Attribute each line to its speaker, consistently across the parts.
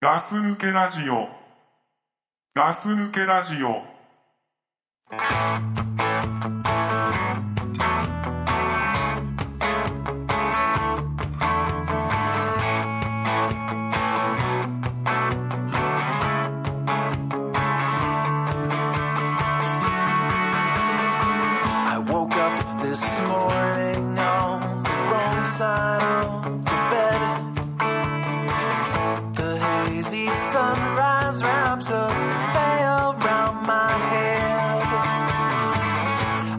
Speaker 1: ガス抜けラジオ。ガス抜けラジオ。
Speaker 2: I woke up this morning on the wrong side of the bed. The hazy sunrise wraps a veil round my head.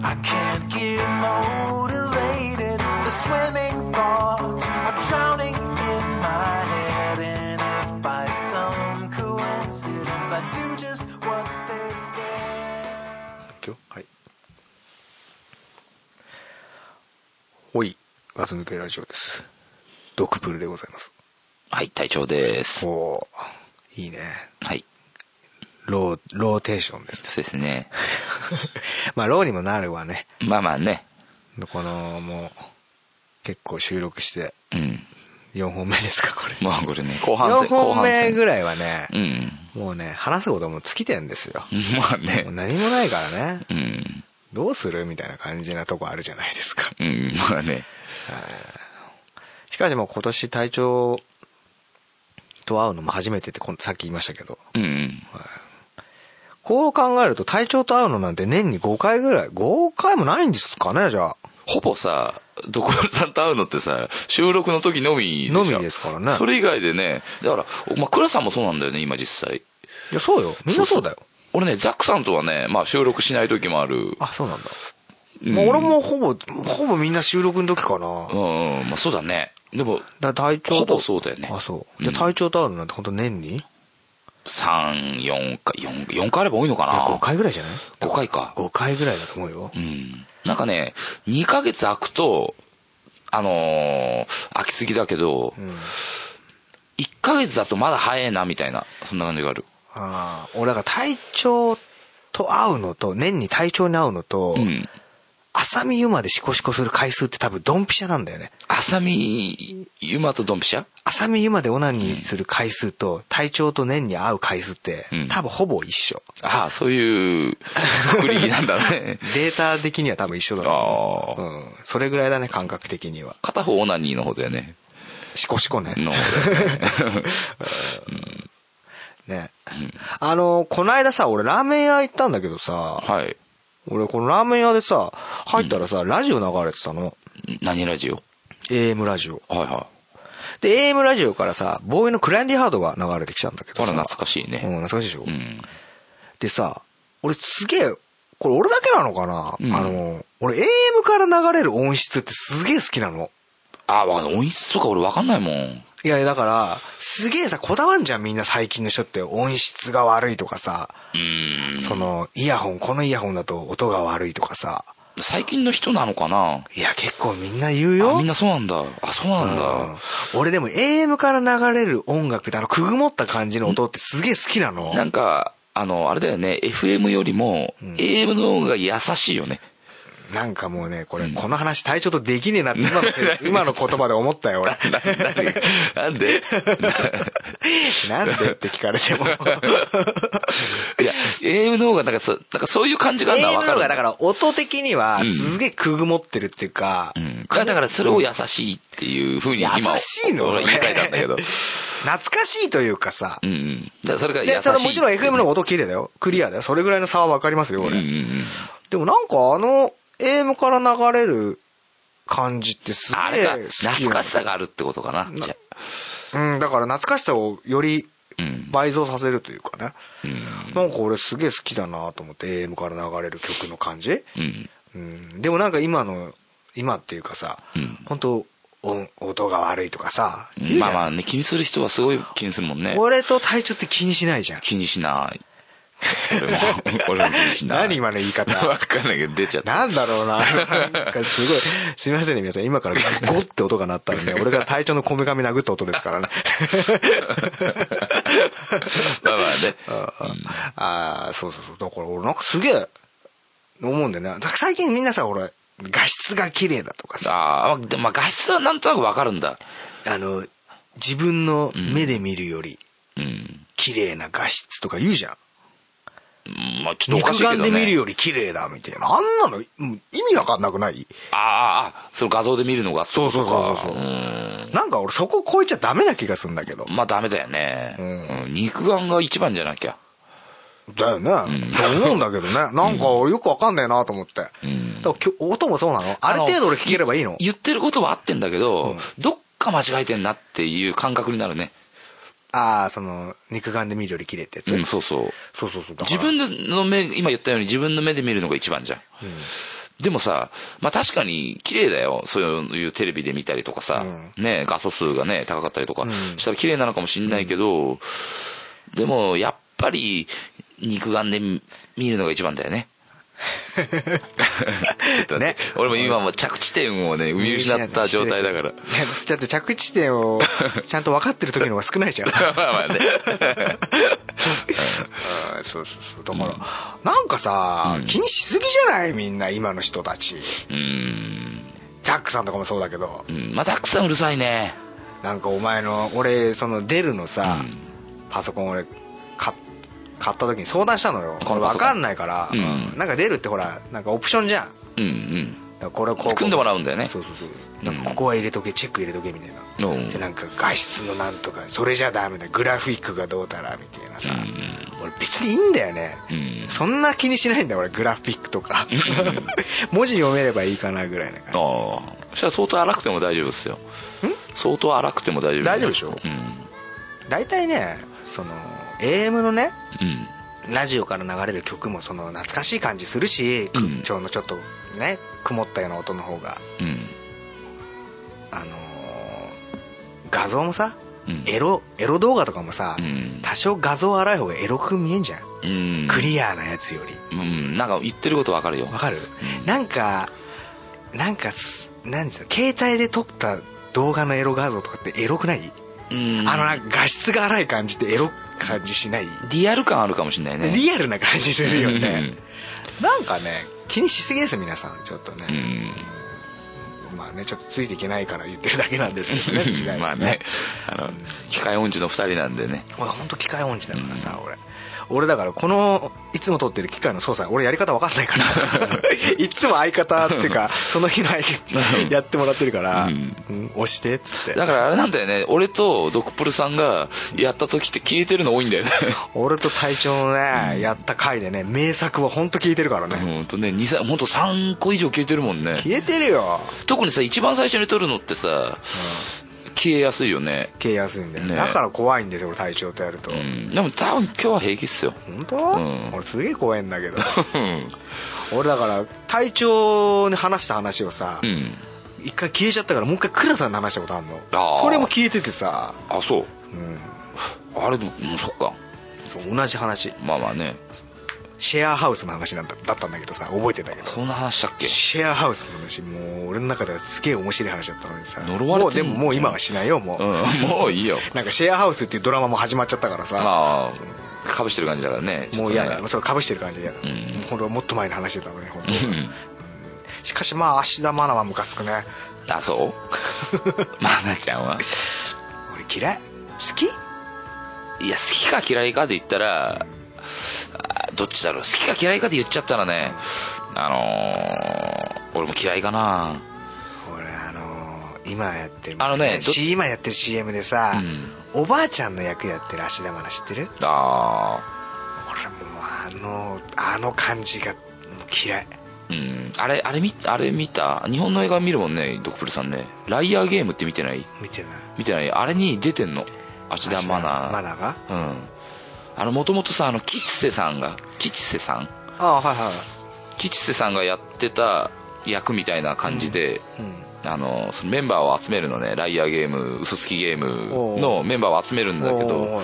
Speaker 2: I can't get motivated. The swimming thoughts are drowning in my head. And if by some coincidence I do just what they said.
Speaker 3: 今日はいおいガス抜けラジオですドクプルでございます
Speaker 4: はい、隊長です。
Speaker 3: おーいいね
Speaker 4: はい。
Speaker 3: ローローテーションですね
Speaker 4: そうですね。
Speaker 3: まあローにもなるわね
Speaker 4: まあまあね。
Speaker 3: このもう結構収録して
Speaker 4: うん。
Speaker 3: 4本目ですかこれ
Speaker 4: まあこれね、後半
Speaker 3: 4
Speaker 4: 戦、後
Speaker 3: 本
Speaker 4: 半
Speaker 3: 目
Speaker 4: 戦。
Speaker 3: ぐらいはね
Speaker 4: う、ん。
Speaker 3: もうね話すことも尽きてんですよ
Speaker 4: まあ
Speaker 3: もう
Speaker 4: ね。
Speaker 3: 何もないからね
Speaker 4: うん。
Speaker 3: どうするみたいな感じなとこあるじゃないですか
Speaker 4: うん、まあね。
Speaker 3: しかしもう今年隊長と会うのも初めてってこんさっき言いましたけど
Speaker 4: うん。
Speaker 3: こう考えると隊長と会うのなんて年に5回ぐらい5回もないんですかねじゃあ
Speaker 4: ほぼさ、どこさんと会うのってさ、収録の時のみ
Speaker 3: のみですからね
Speaker 4: それ以外でね、だから、まあ、倉さんもそうなんだよね、今実際。
Speaker 3: いやそうよみんなそうだよ
Speaker 4: 俺ね、ザックさんとはね、まあ収録しない時もある。
Speaker 3: あそうなんだ、
Speaker 4: うん
Speaker 3: もう俺もほぼほぼみんな収録の時かな
Speaker 4: うん、うん、まあそうだね。でも、
Speaker 3: だから隊長と
Speaker 4: ほぼそうだよね
Speaker 3: あそう
Speaker 4: う
Speaker 3: で
Speaker 4: ん
Speaker 3: 隊長と会うのなんて本当年に、い
Speaker 4: 3、4回、4、四回あれば多いのか
Speaker 3: や
Speaker 4: な
Speaker 3: 5回ぐらいじゃない
Speaker 4: 5回か。
Speaker 3: 5回ぐらいだと思うよ
Speaker 4: うん。なんかね、2ヶ月空くと、あのー、空きすぎだけど、
Speaker 3: うん
Speaker 4: 1ヶ月だとまだ早いな、みたいな、そんな感じがある。
Speaker 3: ああ俺だから隊長と会うのと年に隊長に会うのと、
Speaker 4: うん。
Speaker 3: 浅見ゆまでシコシコする回数って多分ドンピシャなんだよね。
Speaker 4: 浅見、ゆまとドンピシャ
Speaker 3: 浅見ゆまでオナニーする回数と、隊長と年に会う回数って
Speaker 4: う、ん
Speaker 3: 多分ほぼ一緒。
Speaker 4: ああ、そういう、くりなんだ ね。
Speaker 3: データ的には多分一緒だと思う。うん。それぐらいだね、感覚的には。
Speaker 4: 片方オナニーの方だよね。
Speaker 3: シコシコね。
Speaker 4: の方だよね
Speaker 3: ね。あの、こないださ、俺ラーメン屋行ったんだけどさ、
Speaker 4: はい。
Speaker 3: 俺このラーメン屋でさ、入ったらさ、ラジオ流れてたの。
Speaker 4: 何ラジオ
Speaker 3: AM ラジオ。
Speaker 4: はいは
Speaker 3: で、AM ラジオからさ、ボーイのクランディハードが流れてきたんだけ
Speaker 4: い。あ
Speaker 3: ど
Speaker 4: ら、
Speaker 3: さ。
Speaker 4: 懐かしい
Speaker 3: うん、
Speaker 4: ね。
Speaker 3: 懐かしいでしょ。
Speaker 4: うん。
Speaker 3: でさ、俺すげえ、これ俺だけなのかな、
Speaker 4: うん
Speaker 3: あの、俺 AM から流れる音質ってすげえ好きなの。
Speaker 4: ああ、わかんない。音質とか俺わかんないもん。
Speaker 3: いや、だから、すげえさ、こだわんじゃんみんな最近の人って音質が悪いとかさ、
Speaker 4: うん。
Speaker 3: その、イヤホン、このイヤホンだと音が悪いとかさ。
Speaker 4: 最近の人なのかない
Speaker 3: や、結構みんな言う
Speaker 4: あ
Speaker 3: よ。
Speaker 4: みんなそうなんだ。あ、そうなん
Speaker 3: うん
Speaker 4: だ。
Speaker 3: 俺でも AM から流れる音楽ってあの、くぐもった感じの音ってすげえ好きなの。
Speaker 4: なんか、あの、あれだよね、FM よりも、AM の方が優しいよ ね。
Speaker 3: なんかもうね、これ、この話隊長とできねえなって今のせ い、今の言葉で思ったよ、俺。
Speaker 4: なななんで
Speaker 3: なんでって聞かれて も。
Speaker 4: いや、AM の方が、なんかそ、なんかそういう感じがあるのは
Speaker 3: AM
Speaker 4: わ
Speaker 3: の
Speaker 4: か
Speaker 3: 方
Speaker 4: る。
Speaker 3: がだから音的には
Speaker 4: うん
Speaker 3: すげえくぐもってるっていうか、
Speaker 4: うん。だからだからそれを優しいっていうふうに今、
Speaker 3: 優しいの
Speaker 4: 俺は言い換えたんだけ ど。
Speaker 3: 懐かしいというかさ
Speaker 4: う、んうん。だからそれが優しい。
Speaker 3: で、それもちろん FM の方が音綺麗だよ。クリアだよ。それぐらいの差はわかりますよ、
Speaker 4: うん
Speaker 3: 俺。
Speaker 4: うんうん。
Speaker 3: でもなんかあの AM から流れる感じってす
Speaker 4: あ
Speaker 3: げ
Speaker 4: れ
Speaker 3: え
Speaker 4: か
Speaker 3: 好、きなの
Speaker 4: 懐かしさがあるってことかな。
Speaker 3: な
Speaker 4: じゃ
Speaker 3: うん、だから懐かしさをより
Speaker 4: うん
Speaker 3: 倍増させるというかね。
Speaker 4: うん。
Speaker 3: なんか俺すげえ好きだなと思って AM から流れる曲の感じ。
Speaker 4: うん。
Speaker 3: うん、でもなんか今の今っていうかさ、
Speaker 4: うん
Speaker 3: 本当音音が悪いとかさ、
Speaker 4: うんまあまあね、気にする人はすごい気にするもんね。
Speaker 3: 俺と体調って気にしないじゃん
Speaker 4: 気に しない。俺も、俺も気にしない。
Speaker 3: 何今の言い方
Speaker 4: わかんないけど出ちゃった。
Speaker 3: なんだろうななんかすごいすみませんね皆さん今からゴッて音が鳴った んで俺が体調のこめかみ殴った音ですからね
Speaker 4: まあまあね。
Speaker 3: ああそうそうそうだから俺なんかすげえ思うんだよねだから最近みんなさ俺画質が綺麗だとかさ
Speaker 4: ああ、でまあ画質はなんとなくわかるんだ。
Speaker 3: あの自分の目で見るより、
Speaker 4: うん。
Speaker 3: 綺麗な画質とか言うじゃん。
Speaker 4: うんまあちょっとおかし
Speaker 3: 肉
Speaker 4: いけど、ね。
Speaker 3: 眼で見るより綺麗だみたいな。あんなのうん意味わかんなくない
Speaker 4: ああ、ああ、その画像で見るのがってこ
Speaker 3: そ
Speaker 4: とか
Speaker 3: うそうそうそうそうんなんか俺そこ超えちゃダメな気がするんだけど。
Speaker 4: まあダメだよね。
Speaker 3: うん
Speaker 4: うん肉眼が一番じゃなきゃ。
Speaker 3: だよね。と思うんだけどね。なんか俺よくわかんねえなと思って。
Speaker 4: うん
Speaker 3: だからきょ音もそうなのある程度俺聞ければいいの
Speaker 4: 言ってることは合ってんだけど、どっか間違えてんなっていう感覚になるね。
Speaker 3: ああ、その、肉眼で見るより綺麗ってやつ。
Speaker 4: うん、そうそう。
Speaker 3: そうそうそう。だから
Speaker 4: 自分の目、今言ったように自分の目で見るのが一番じゃん。でもさ、まあ確かに綺麗だよ。そういうテレビで見たりとかさ、
Speaker 3: う
Speaker 4: ね、画素数がね、高かったりとか
Speaker 3: うん
Speaker 4: したら綺麗なのかもしんないけど、でもやっぱり肉眼で見見るのが一番だよ ね。 ちょっとね
Speaker 3: ね、
Speaker 4: 俺も今もう着地点をね、見失った状態だから。
Speaker 3: ね だって着地点 をちゃんと分かってる時の方が少ないじゃん。
Speaker 4: まあまあね。
Speaker 3: うんそうそうそう。だから、なんかさ、気にしすぎじゃないみんな、今の人たち。
Speaker 4: うん。
Speaker 3: ザックさんとかもそうだけど
Speaker 4: う、んまあたくさんうるさいね。
Speaker 3: なんかお前の、俺、そのデルのさ、パソコン俺、買っ買った時に相談したのよ。
Speaker 4: このパソコン
Speaker 3: 分かんないから、
Speaker 4: うん
Speaker 3: なんかデルってほら、なんかオプションじゃん。
Speaker 4: うんうん。
Speaker 3: だからこれをこう
Speaker 4: 組んでもらうんだよね
Speaker 3: そうそうそう
Speaker 4: う
Speaker 3: なんんかここは入れとけチェック入れとけみたいな、
Speaker 4: うん
Speaker 3: でなんか画質のなんとかそれじゃダメだグラフィックがどうたらみたいなさ、俺別にいいんだよね、
Speaker 4: うん
Speaker 3: そんな気にしないんだよ俺グラフィックとか 文字読めればいいかなぐらいな感
Speaker 4: ああそしたら相当荒くても大丈夫ですよ相当荒くても大丈夫
Speaker 3: 大丈夫でしょ
Speaker 4: うん
Speaker 3: じ大体ねその AM のね
Speaker 4: うん
Speaker 3: ラジオから流れる曲もその懐かしい感じするし
Speaker 4: うん
Speaker 3: 空調のちょっとね曇ったような音の方が
Speaker 4: うん
Speaker 3: あのー画像もさ、
Speaker 4: うん
Speaker 3: エロエロ動画とかもさ、
Speaker 4: うん
Speaker 3: 多少画像荒い方がエロく見えんじゃん、
Speaker 4: うん
Speaker 3: クリアなやつより
Speaker 4: うんなんか言ってることわかるよ
Speaker 3: わかる、なんかなんかすなんつうの携帯で撮った動画のエロ画像とかってエロくない、
Speaker 4: うん
Speaker 3: あのなんか画質が荒い感じってエロ感じしない、
Speaker 4: リアル感あるかもしれないね
Speaker 3: リアルな感じするよね
Speaker 4: うん、
Speaker 3: なんかね気にしすぎです皆さんちょっと
Speaker 4: う
Speaker 3: ね、
Speaker 4: ん
Speaker 3: まあねちょっとついていけないから言ってるだけなんですけ どね違い は
Speaker 4: まあねあの機械音痴の二人なんでね
Speaker 3: 俺本当機械音痴だからさ、俺俺だからこのいつも撮ってる機械の操作俺やり方わかんないから いつも相方っていうかその日の相方やってもらってるから、
Speaker 4: うん
Speaker 3: うん押してっつって
Speaker 4: だからあれなんだよね俺とドクプルさんがやった時って消えてるの多いんだよね
Speaker 3: 俺と隊長のね、やった回でね名作は本当聞いてるからね、
Speaker 4: ほんとね2本当3個以上消えてるもんね
Speaker 3: 消えてるよ
Speaker 4: 特にさ一番最初に撮るのってさ、消えやすいよね
Speaker 3: 消えやすいんだよ、
Speaker 4: ね
Speaker 3: だから怖いんですよ俺隊長とやると、
Speaker 4: うんでも多分今日は平気っすよ
Speaker 3: 本当、
Speaker 4: うん
Speaker 3: 俺すげえ怖いんだ けど俺だから隊長に話した話をさ、
Speaker 4: うん
Speaker 3: 一回消えちゃったからもう一回クラさんに話したことあるの
Speaker 4: あー
Speaker 3: それも消えててさ
Speaker 4: あそう
Speaker 3: うん
Speaker 4: あれでもうんそっか
Speaker 3: そう同じ話
Speaker 4: まあまあね
Speaker 3: シェアハウスの話なんだだったんだけどさ覚えてたけど
Speaker 4: そんな話したっけ
Speaker 3: シェアハウスの話もう俺の中ではすげえ面白い話だったのにさ
Speaker 4: 呪われ
Speaker 3: もう
Speaker 4: て
Speaker 3: で
Speaker 4: んの
Speaker 3: ももう今はしないよもう、
Speaker 4: うんもういいよ
Speaker 3: なんかシェアハウスっていうドラマも始まっちゃったからさ
Speaker 4: まあかぶしてる感じだからね
Speaker 3: もう嫌だ、
Speaker 4: ちょっ
Speaker 3: そうかぶしてる感じで嫌だ、
Speaker 4: ん
Speaker 3: ほんともっと前の話だったのね本当、
Speaker 4: とね
Speaker 3: しかしまあ芦田愛菜はムカつくね
Speaker 4: うんあそう まなちゃんは
Speaker 3: 俺嫌い好き
Speaker 4: いや好きか嫌いかで言ったらあどっちだろう好きか嫌いかで言っちゃったらねあのー俺も嫌いかな
Speaker 3: 俺あのー今やってる
Speaker 4: あ のねど
Speaker 3: C- 今やってる CM でさ、
Speaker 4: うん
Speaker 3: おばあちゃんの役やってる芦田愛菜知ってる
Speaker 4: あ
Speaker 3: 俺もうあのあの感じがもう嫌い
Speaker 4: ーうんあれあれ見あれ見た日本の映画見るもんねドクプルさんね「ライアーゲーム」って見てない
Speaker 3: 見てない
Speaker 4: 見てないあれに出てんの芦田愛菜
Speaker 3: マナが
Speaker 4: うんあのもともとさあの吉瀬さんが吉瀬さん
Speaker 3: ああはいは
Speaker 4: 吉瀬さんがやってた役みたいな感じで、
Speaker 3: いうん
Speaker 4: あのそのメンバーを集めるのねライアーゲーム嘘つきゲームのメンバーを集めるんだけど
Speaker 3: おー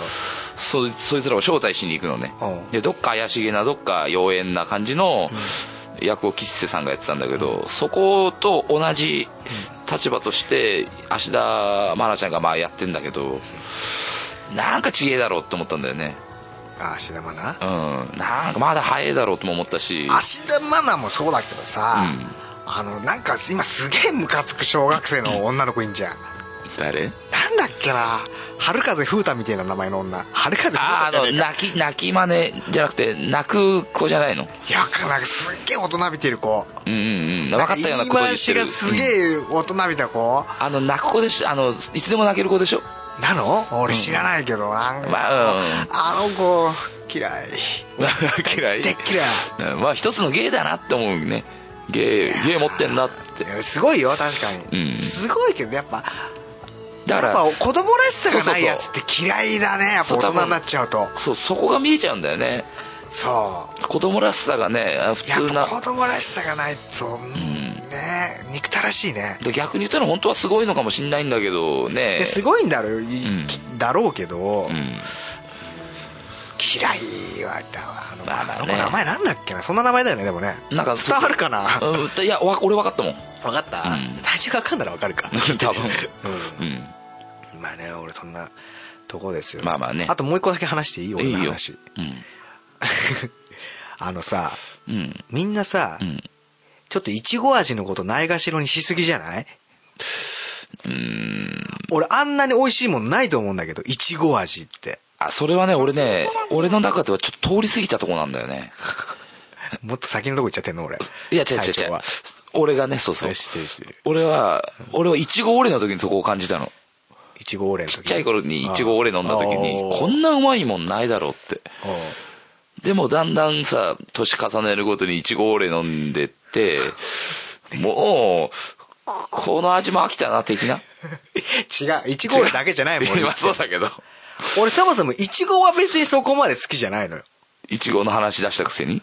Speaker 4: そそいつらを招待しに行くのね
Speaker 3: おう
Speaker 4: でどっか怪しげなどっか妖艶な感じの役を吉瀬さんがやってたんだけど、そこと同じ立場として芦田愛菜ちゃんがまあやってんだけどなんかちげえだろうって思ったんだよね
Speaker 3: あ芦田愛菜
Speaker 4: うんなんかまだ早いだろうとも思ったし
Speaker 3: 芦田愛菜もそうだけどさ、あのなんか今すげえムカつく小学生の女の子いんじゃん
Speaker 4: 誰
Speaker 3: なんだっけな春風風太みたいな名前の女春風風
Speaker 4: あ
Speaker 3: 太
Speaker 4: あ
Speaker 3: じゃ
Speaker 4: あ
Speaker 3: ね
Speaker 4: の
Speaker 3: えか
Speaker 4: 泣き泣き真似じゃなくて泣く子じゃないの
Speaker 3: いやなんかすっげえ大人びてる子
Speaker 4: うんうんうん分かったようなことを言ってる
Speaker 3: 言い回しがす
Speaker 4: うん
Speaker 3: げえ大人びた子
Speaker 4: あの泣く子でしょあのいつでも泣ける子でしょ
Speaker 3: なの俺知らないけどなんか、
Speaker 4: まあうん
Speaker 3: あの子嫌い
Speaker 4: 嫌い
Speaker 3: でっ嫌い
Speaker 4: うんまあ一つの芸だなって思うね芸芸持ってんなって
Speaker 3: いやすごいよ確かに、
Speaker 4: うん
Speaker 3: すごいけどやっぱ
Speaker 4: だか
Speaker 3: や
Speaker 4: ら
Speaker 3: っぱ子供らしさが
Speaker 4: そうそう
Speaker 3: な
Speaker 4: そう
Speaker 3: いやつって嫌いだねやっぱ
Speaker 4: そう
Speaker 3: 大
Speaker 4: 多分
Speaker 3: 人になっちゃうと
Speaker 4: そうそこが見えちゃうんだよね
Speaker 3: そ
Speaker 4: 子供らしさがねあ普
Speaker 3: うやっ
Speaker 4: 通
Speaker 3: ぱ
Speaker 4: な
Speaker 3: 子供らしさがないと、ね憎たらしいね
Speaker 4: で逆に言ったら本当はすごいのかもしんないんだけどね
Speaker 3: ですごいんだろう、
Speaker 4: ん
Speaker 3: だろうけど、
Speaker 4: うん
Speaker 3: 嫌いはだわあの,、
Speaker 4: まあまあね
Speaker 3: の子名前なんだっけなそんな名前だよねでもね
Speaker 4: なんか
Speaker 3: 伝わるかな、
Speaker 4: うんいやわ俺分かったもん
Speaker 3: 分かった、
Speaker 4: うん
Speaker 3: 体重が分かんなら分かる か
Speaker 4: 多分うん
Speaker 3: うんまあね俺そんなとこですよ
Speaker 4: まあまあね
Speaker 3: あともう一個だけ話していい俺の
Speaker 4: いいよ
Speaker 3: 話
Speaker 4: うん
Speaker 3: あのさ
Speaker 4: うん
Speaker 3: みんなさ、
Speaker 4: うん
Speaker 3: ちょっといちご味のことないがしろにしすぎじゃない
Speaker 4: うん
Speaker 3: 俺あんなに美味しいもんないと思うんだけどいちご味って
Speaker 4: あそれはね俺ね俺の中ではちょっと通り過ぎたとこなんだよね
Speaker 3: もっと先のとこ行っちゃってんの俺
Speaker 4: いや違う違
Speaker 3: 隊
Speaker 4: う違
Speaker 3: 長
Speaker 4: う
Speaker 3: は
Speaker 4: 俺がねそうそう
Speaker 3: 失礼してる
Speaker 4: 俺は俺はいちごオレの時にそこを感じたの
Speaker 3: いちごオレの時
Speaker 4: ちっちゃい頃にいちごオレ飲んだ時に
Speaker 3: あー
Speaker 4: こんなうまいもんないだろうって
Speaker 3: おう
Speaker 4: でもだんだんさ年重ねるごとにいちごオレ飲んで ってもうここの味も飽きたな的 な
Speaker 3: 違ういちごオレだけじゃないもん
Speaker 4: 今そうだけど
Speaker 3: 俺そもそもいちごは別にそこまで好きじゃないのよ
Speaker 4: いちごの話出したくせに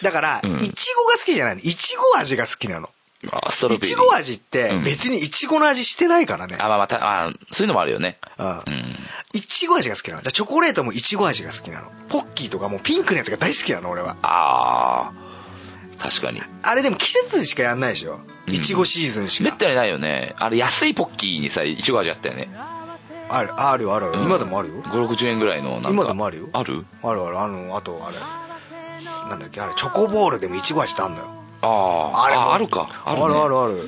Speaker 3: だから、
Speaker 4: うん
Speaker 3: いちごが好きじゃないのいちご味が好きなの
Speaker 4: あストロ
Speaker 3: い
Speaker 4: ベリー
Speaker 3: ちご味って
Speaker 4: うん
Speaker 3: 別にいちごの味してないからね、
Speaker 4: あまあまあたあそういうのもあるよね
Speaker 3: うん
Speaker 4: うん
Speaker 3: いちご味が好きなのじゃあチョコレートもいちご味が好きなのポッキーとかもうピンクのやつが大好きなの俺は
Speaker 4: ああ確かに
Speaker 3: あれでも季節しかやんないでしょ
Speaker 4: うん
Speaker 3: いちごシーズンし
Speaker 4: め
Speaker 3: か、
Speaker 4: ったにないよねあれ安いポッキーにさいちご味あったよね
Speaker 3: あるあるある、
Speaker 4: うん
Speaker 3: 今でもあるよ
Speaker 4: 560円ぐらいのなんか
Speaker 3: 今でもあるよ
Speaker 4: ある
Speaker 3: あるあるあのあとあれなんだっけあれチョコボールでもいちご味ってあんだよ
Speaker 4: ああ
Speaker 3: あれ
Speaker 4: ああるかあ
Speaker 3: あ
Speaker 4: る、
Speaker 3: る,、
Speaker 4: ね、
Speaker 3: あるある
Speaker 4: う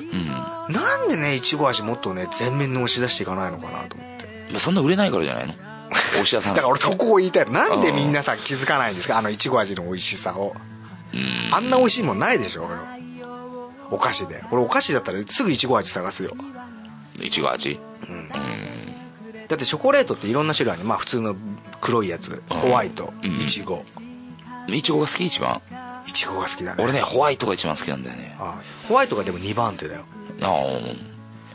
Speaker 4: ん
Speaker 3: なんでねいちご味もっとね全面に押し出していかないのかなと思って
Speaker 4: まあそんな売れないからじ ゃないのおし屋さん
Speaker 3: だから俺そこを言いたいのなんでみんなさ気づかないんですかあのいちご味の美味しさを
Speaker 4: うん
Speaker 3: あんな美味しいもんないでしょ俺はお菓子で俺お菓子だったらすぐいちご味探すよ
Speaker 4: いちご味
Speaker 3: うん
Speaker 4: うん
Speaker 3: だってチョコレートっていろんな種類あるねまあ普通の黒いやつ
Speaker 4: うん
Speaker 3: ホワイト
Speaker 4: うん
Speaker 3: いちご
Speaker 4: いちごが好き一番
Speaker 3: いちごが好きだね
Speaker 4: 俺ねホワイトが一番好きなんだよね
Speaker 3: あホワイトがでも2番手だよ
Speaker 4: あ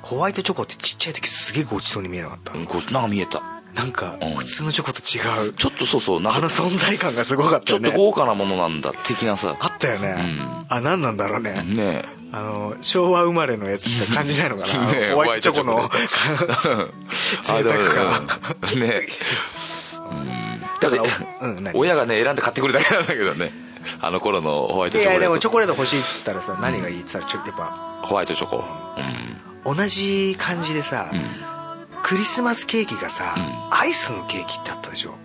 Speaker 3: ホワイトチョコってちっちゃい時すげえごちそうに見えなかった
Speaker 4: あこうなんか見えた
Speaker 3: なんか
Speaker 4: うん
Speaker 3: 普通のチョコと違う
Speaker 4: ちょっとそうそうな
Speaker 3: あ
Speaker 4: ん
Speaker 3: の
Speaker 4: か
Speaker 3: 存在感がすごかった
Speaker 4: ちょ
Speaker 3: よ
Speaker 4: っ
Speaker 3: ね
Speaker 4: と豪華なものなんだ的なさ
Speaker 3: あったよね、
Speaker 4: ん
Speaker 3: あ何なんだろうね、
Speaker 4: ね
Speaker 3: あの昭和生まれのやつしか感じないのかな、
Speaker 4: ね え
Speaker 3: ホワイトチョコ
Speaker 4: ホワ
Speaker 3: の
Speaker 4: イ え
Speaker 3: 贅沢感
Speaker 4: あ でもうんねえだ
Speaker 3: だ
Speaker 4: か
Speaker 3: かららうん何
Speaker 4: 親がね選んで買ってくるだけなんだけどねあの頃のホワイ
Speaker 3: い
Speaker 4: トチョコ
Speaker 3: やい
Speaker 4: レ
Speaker 3: やでも
Speaker 4: ー
Speaker 3: チ
Speaker 4: ト
Speaker 3: ョコレート欲しいって言ったらさ何がいいって言ったらちょやっぱ
Speaker 4: ホワイトチョコうん
Speaker 3: 同じ感じでさ、
Speaker 4: うん
Speaker 3: クリスマスケーキがさ、
Speaker 4: う
Speaker 3: アイスのケーキってあったでしょ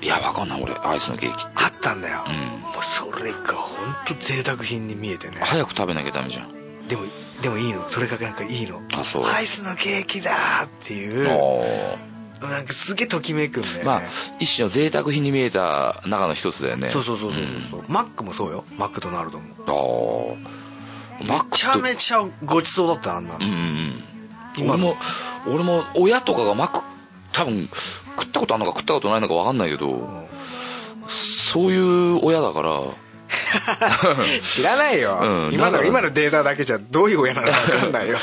Speaker 4: いやわかんない俺アイスのケーキ
Speaker 3: あったんだよ、
Speaker 4: うん
Speaker 3: もうそれが本当贅沢品に見えてね
Speaker 4: 早く食べなきゃダメじゃん
Speaker 3: でもでもいいのそれがなんかいいの
Speaker 4: あそう
Speaker 3: アイスのケーキだーっていう
Speaker 4: あ
Speaker 3: なんかすげえときめくんだよね、
Speaker 4: まあ一種の贅沢品に見えた中の一つだよね
Speaker 3: そうそうそうそうそう、マックもそうよマクドナルドも
Speaker 4: ああマッ
Speaker 3: め
Speaker 4: ク
Speaker 3: ちゃ
Speaker 4: と
Speaker 3: めちゃごちそうだったあんな
Speaker 4: うんうんうん
Speaker 3: 今
Speaker 4: 俺
Speaker 3: の
Speaker 4: も俺も親とかがマック多分食ったことあるのか食ったことないのか分かんないけどそういう親だから
Speaker 3: 知らないよ、
Speaker 4: うん
Speaker 3: 今
Speaker 4: だか
Speaker 3: の
Speaker 4: ら
Speaker 3: 今のデータだけじゃどういう親なのか分かんないよ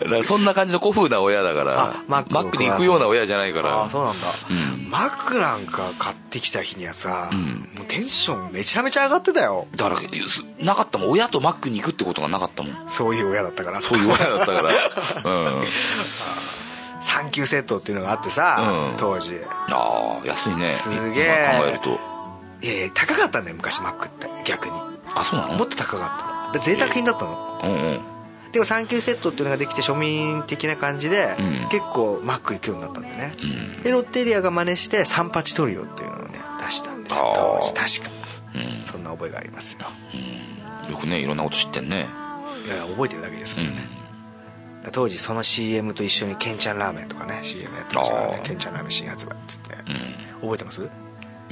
Speaker 4: だからそんな感じの古風な親だから
Speaker 3: あマック
Speaker 4: マックに行くような親じゃないから
Speaker 3: ああそうなんだ、
Speaker 4: うん
Speaker 3: マックなんか買ってきた日にはさ、
Speaker 4: うん
Speaker 3: もうテンションめちゃめちゃ上がってたよ
Speaker 4: だからすなかったもん親とマックに行くってことがなかったもん
Speaker 3: そういう親だったから
Speaker 4: そうい う親だったからうん
Speaker 3: 3級セットっていうのがあってさ、
Speaker 4: うん
Speaker 3: 当時い
Speaker 4: ああ安いね
Speaker 3: すげえ
Speaker 4: 今考えると
Speaker 3: やいや高かったんだよ昔マックって逆にも
Speaker 4: あそうなの
Speaker 3: っと高かったの贅沢品だったの
Speaker 4: うんうん
Speaker 3: でも3級セットっていうのができて庶民的な感じで、
Speaker 4: うん
Speaker 3: 結構マック行くようになったんだよね、
Speaker 4: うん
Speaker 3: でロッテリアが真似してサンパチトリオっていうのをね出したんですよ
Speaker 4: あー
Speaker 3: 当時確か
Speaker 4: うん
Speaker 3: そんな覚えがありますよ
Speaker 4: よくねいろんなこと知ってんね
Speaker 3: いや覚えてるだけです
Speaker 4: う
Speaker 3: けど
Speaker 4: ん
Speaker 3: ね、当時その CM と一緒にケンちゃんラーメンとかね CM やってましたからね
Speaker 4: あー
Speaker 3: ケンちゃんラーメン新発売っつって
Speaker 4: うん
Speaker 3: 覚えてます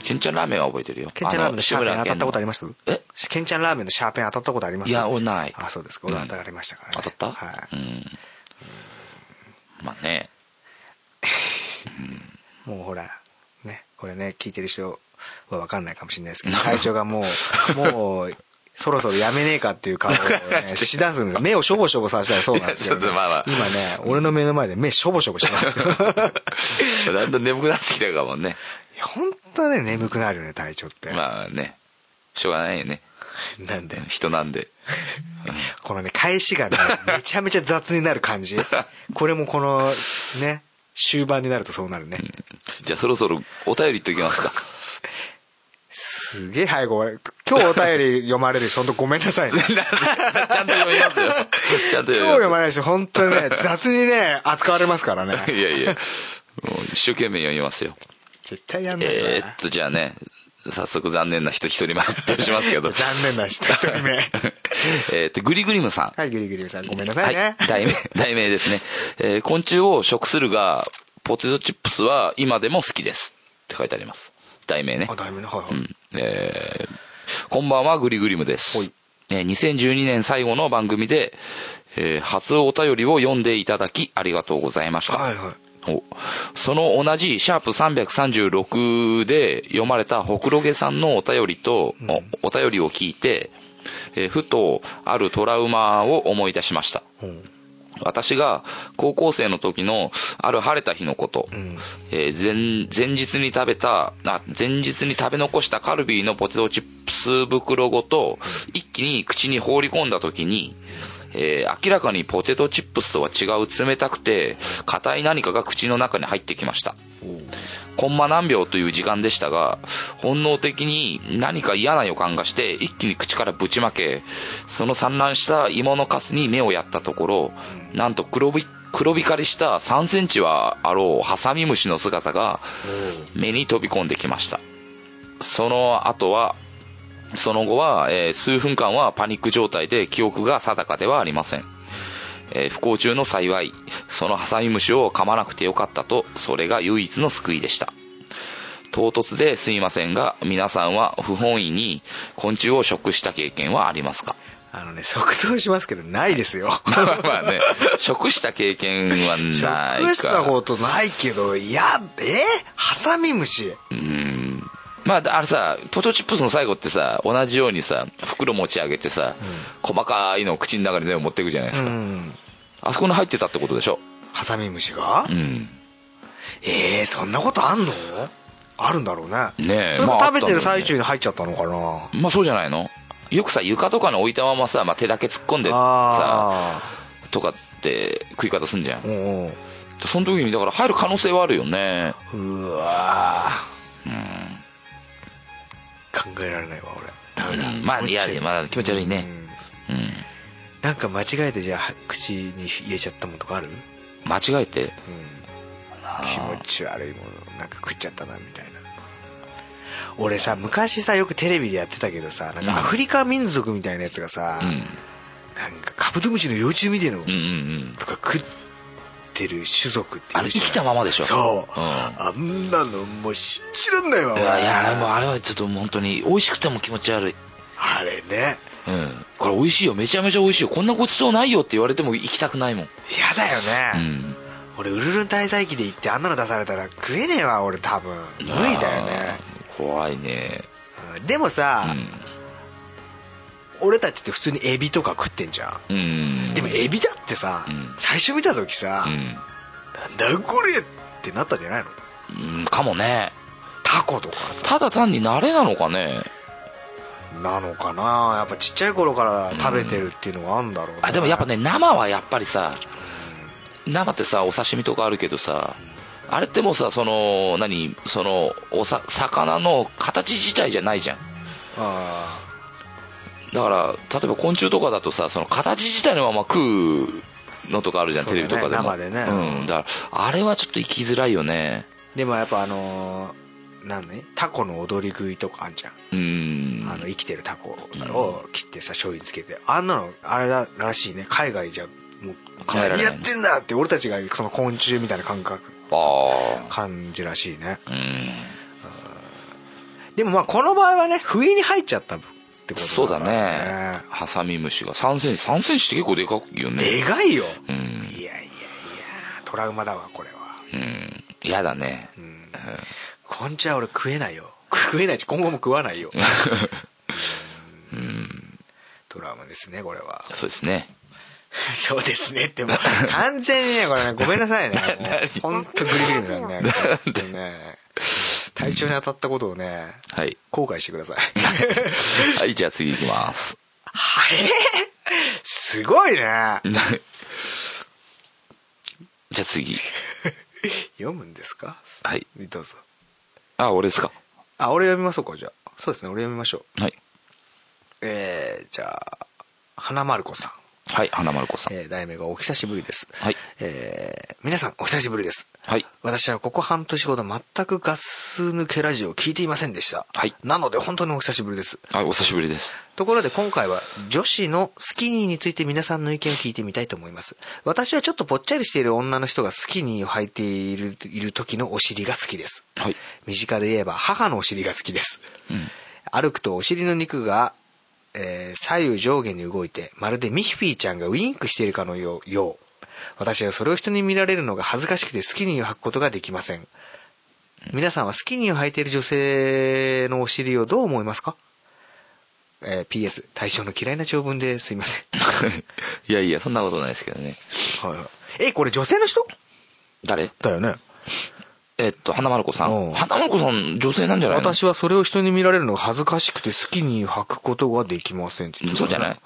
Speaker 4: ケンちゃんラーメンは覚えてるよ
Speaker 3: ケンちゃんラーメンのシャーペン当たったことありますす
Speaker 4: え
Speaker 3: ケンちゃんラーメンのシャーペン当たったことあります
Speaker 4: いや俺ない
Speaker 3: あそうですか
Speaker 4: うん
Speaker 3: 俺当たりましたからね
Speaker 4: 当たった
Speaker 3: は
Speaker 4: うんまあね
Speaker 3: いもうほらねこれね聞いてる人は分かんないかもしれないですけど会長がも うもうそろそろやめねえかっていう顔をねしだすんですよ目をしょぼしょぼさせたらそうなんですけどね
Speaker 4: いやちょっとまあまあ
Speaker 3: 今ね俺の目の前で目しょぼしょぼしてます
Speaker 4: だんだん眠くなってきたかもね
Speaker 3: いや本当はね眠くなるよね体調って、
Speaker 4: まあねしょうがないよね
Speaker 3: なんで
Speaker 4: 人なんで
Speaker 3: このね返しがねめちゃめちゃ雑になる感 じこれもこのね終盤になるとそうなるね、
Speaker 4: じゃあそろそろお便りいっときま すか
Speaker 3: すげえ早く終わる今日お便り読まれる人本当ごめんなさいね
Speaker 4: ちゃんと読みますよちゃんと読
Speaker 3: 今日
Speaker 4: みます
Speaker 3: 読まれる人本当に ね雑にね扱われますからね
Speaker 4: いやいや、もう一生懸命読みますよ。
Speaker 3: 絶対やんないよな、
Speaker 4: えーっと、じゃあね、早速残念な人一人目発表しま すけど。
Speaker 3: 残念な人一人 目
Speaker 4: えーっと、グリグリムさん。
Speaker 3: はいグリグリさんごめんなさいね、
Speaker 4: はい、題名、 題名ですね。えー昆虫を食するが、ポテトチップスは今でも好きです。って書いてあります。題名ね
Speaker 3: あ。だいぶねはいはい、
Speaker 4: うんえーこんばんは、グリグリムです。
Speaker 3: はい
Speaker 4: えー2012年最後の番組で、えー初お便りを読んでいただき、ありがとうございました。
Speaker 3: はいはい
Speaker 4: おその同じシャープ336で読まれたほくろげさんのお便りと、おお便りを聞いて、えーふとあるトラウマを思い出しました。
Speaker 3: うん
Speaker 4: 私が高校生の時のある晴れた日のこと、えー前前日に食べたあ前日に食べ残したカルビーのポテトチップス袋ごと一気に口に放り込んだ時に、えー明らかにポテトチップスとは違う冷たくて硬い何かが口の中に入ってきましたコンマ何秒という時間でしたが、本能的に何か嫌な予感がして、一気に口からぶちまけ、その散乱した芋のカスに目をやったところ、なんと黒び黒光りした3センチはあろうハサミムシの姿が目に飛び込んできました。その後は、その後は、えー数分間はパニック状態で記憶が定かではありません。えー不幸中の幸い、そのハサミムシを噛まなくてよかったと、それが唯一の救いでした。唐突ですいませんが、皆さんは不本意に昆虫を食した経験はありますか
Speaker 3: あのね即答しますけどないですよ
Speaker 4: まあまあね、食した経験はないか。
Speaker 3: 食したことないけどいやえハサミムシ
Speaker 4: うんまあ、あれさ、ポテトチップスの最後ってさ、同じようにさ、袋持ち上げてさ、細かいのを口の中に全部持っていくじゃないで
Speaker 3: う
Speaker 4: すか。
Speaker 3: ん
Speaker 4: あそこに入ってたってことでしょ。
Speaker 3: ハサミムシが
Speaker 4: うん。
Speaker 3: えー、そんなことあんのあるんだろうね
Speaker 4: ねえ
Speaker 3: それも
Speaker 4: まあ
Speaker 3: 食べてる最中
Speaker 4: あ
Speaker 3: に入っちゃったのかな、
Speaker 4: まあそうじゃないのよくさ、床とかに置いたままさ、まあ、手だけ突っ込んでさ、
Speaker 3: あ
Speaker 4: とかって食い方すんじゃ。
Speaker 3: あうんんうん
Speaker 4: その時に、だから入る可能性はあるよね。
Speaker 3: うわ
Speaker 4: うん。
Speaker 3: ー考えられないわ俺ダメだ、
Speaker 4: うんまあ、いや、まあ気持ち悪いね。うん。
Speaker 3: なんか間違えてじゃあ口に入れちゃったものとかある、うん、
Speaker 4: 間違えて。
Speaker 3: 気持ち悪いものなんか食っちゃったなみたいな俺さ昔さよくテレビでやってたけどさなんかアフリカ民族みたいなやつがさ、
Speaker 4: うん。
Speaker 3: なんかカブトムシの幼虫みたいなの
Speaker 4: うんうんうん。
Speaker 3: とか食ってる種族ってい
Speaker 4: あ
Speaker 3: う
Speaker 4: れ、
Speaker 3: じ
Speaker 4: 生
Speaker 3: ゃん
Speaker 4: きたままでしょ。
Speaker 3: そう、
Speaker 4: うん
Speaker 3: あんなのもう信じらんないわ
Speaker 4: いやいや
Speaker 3: 俺
Speaker 4: でもあれはちょっともう本当に美味しくても気持ち悪い
Speaker 3: あれね
Speaker 4: うんこれ美味しいよめちゃめちゃ美味しいよこんなごちそうないよって言われても行きたくないもん
Speaker 3: 嫌だよ
Speaker 4: う
Speaker 3: ね、
Speaker 4: ん
Speaker 3: 俺ウルルン滞在期で行ってあんなの出されたら食えねえわ俺多分無理だよね
Speaker 4: あー怖いね
Speaker 3: うんでもさ、
Speaker 4: う
Speaker 3: 俺たちって普通にエビとか食ってんじゃん
Speaker 4: んうん
Speaker 3: でもエビだってさ、
Speaker 4: うん
Speaker 3: 最初見た時さ、なんだこれってなったんじゃないの
Speaker 4: うん、うん、かもね
Speaker 3: タコとかさ
Speaker 4: ただ単に慣れなのかね
Speaker 3: なのかなやっぱちっちゃい頃から食べてるっていうのがあるんだろうね、
Speaker 4: あでもやっぱね生はやっぱりさ生ってさお刺身とかあるけどさあれってもうさその何そのおさ魚の形自体じゃないじゃん
Speaker 3: あ
Speaker 4: だから例えば昆虫とかだとさその形自体のまま食うのとかあるじゃん、
Speaker 3: そう
Speaker 4: テ
Speaker 3: だ
Speaker 4: レ
Speaker 3: ね
Speaker 4: ビとかでも
Speaker 3: 生でね
Speaker 4: うん、だからあれはちょっと行きづらいよね
Speaker 3: ーでもやっぱあのーなんねタコの踊り食いとかあんじゃん
Speaker 4: うん
Speaker 3: あの生きてるタコを切ってさ醤油につけてあんなのあれだらしいね海外じゃもう
Speaker 4: 考えられない
Speaker 3: 何やってんだって俺たちがその昆虫みたいな感覚
Speaker 4: あ
Speaker 3: 感じらしいね
Speaker 4: あうん
Speaker 3: でもまあこの場合はね不意に入っちゃったってこと
Speaker 4: そうだ
Speaker 3: から
Speaker 4: ねハサミムシが3センチ3センチって結構でかいよね
Speaker 3: でかいよ
Speaker 4: うん
Speaker 3: いやいやいやトラウマだわこれは
Speaker 4: うん嫌だね
Speaker 3: 昆虫は俺食えないよ 食えないし今後も食わない よトラウマですねこれは
Speaker 4: そうですね
Speaker 3: そうですねってもう完全にねこれねごめんなさいねもうほんとグリグリムさんね本当にね体調に当たったことをね
Speaker 4: はい
Speaker 3: 後悔してください
Speaker 4: はいじゃあ次いきます
Speaker 3: はえすごいね
Speaker 4: じゃあ次
Speaker 3: 読むんですか
Speaker 4: はい
Speaker 3: どうぞ
Speaker 4: あ俺ですか
Speaker 3: あ俺読みましょうかじゃあそうですね俺読みましょう
Speaker 4: はい
Speaker 3: えー、じゃあ花丸子さん
Speaker 4: はい花丸子さん
Speaker 3: えー題名がお久しぶりです。
Speaker 4: はい
Speaker 3: えー皆さんお久しぶりです。
Speaker 4: はい
Speaker 3: 私はここ半年ほど全くガス抜けラジオを聞いていませんでした。
Speaker 4: はい
Speaker 3: なので本当にお久しぶりです。
Speaker 4: はいお久しぶりです
Speaker 3: ところで今回は女子のスキニーについて皆さんの意見を聞いてみたいと思います。私はちょっとぽっちゃりしている女の人がスキニーを履いているいる時のお尻が好きです。
Speaker 4: はい
Speaker 3: 身近で言えば母のお尻が好きです。
Speaker 4: うん
Speaker 3: 歩くとお尻の肉が、えー左右上下に動いてまるでミッフィーちゃんがウインクしているかのようよう私はそれを人に見られるのが恥ずかしくてスキニーを履くことができません皆さんはスキニーを履いている女性のお尻をどう思いますか、えー PS 対象の嫌いな長文ですいません
Speaker 4: いやいやそんなことないですけどね
Speaker 3: はい、はい、 えこれ女性の人
Speaker 4: 誰
Speaker 3: だよね
Speaker 4: えっと花丸子さ
Speaker 3: うん
Speaker 4: ん花丸子さん女性なんじゃないの
Speaker 3: 私はそれを人に見られるのが恥ずかしくてスキニーを履くことができませんって言ってた
Speaker 4: そうじゃない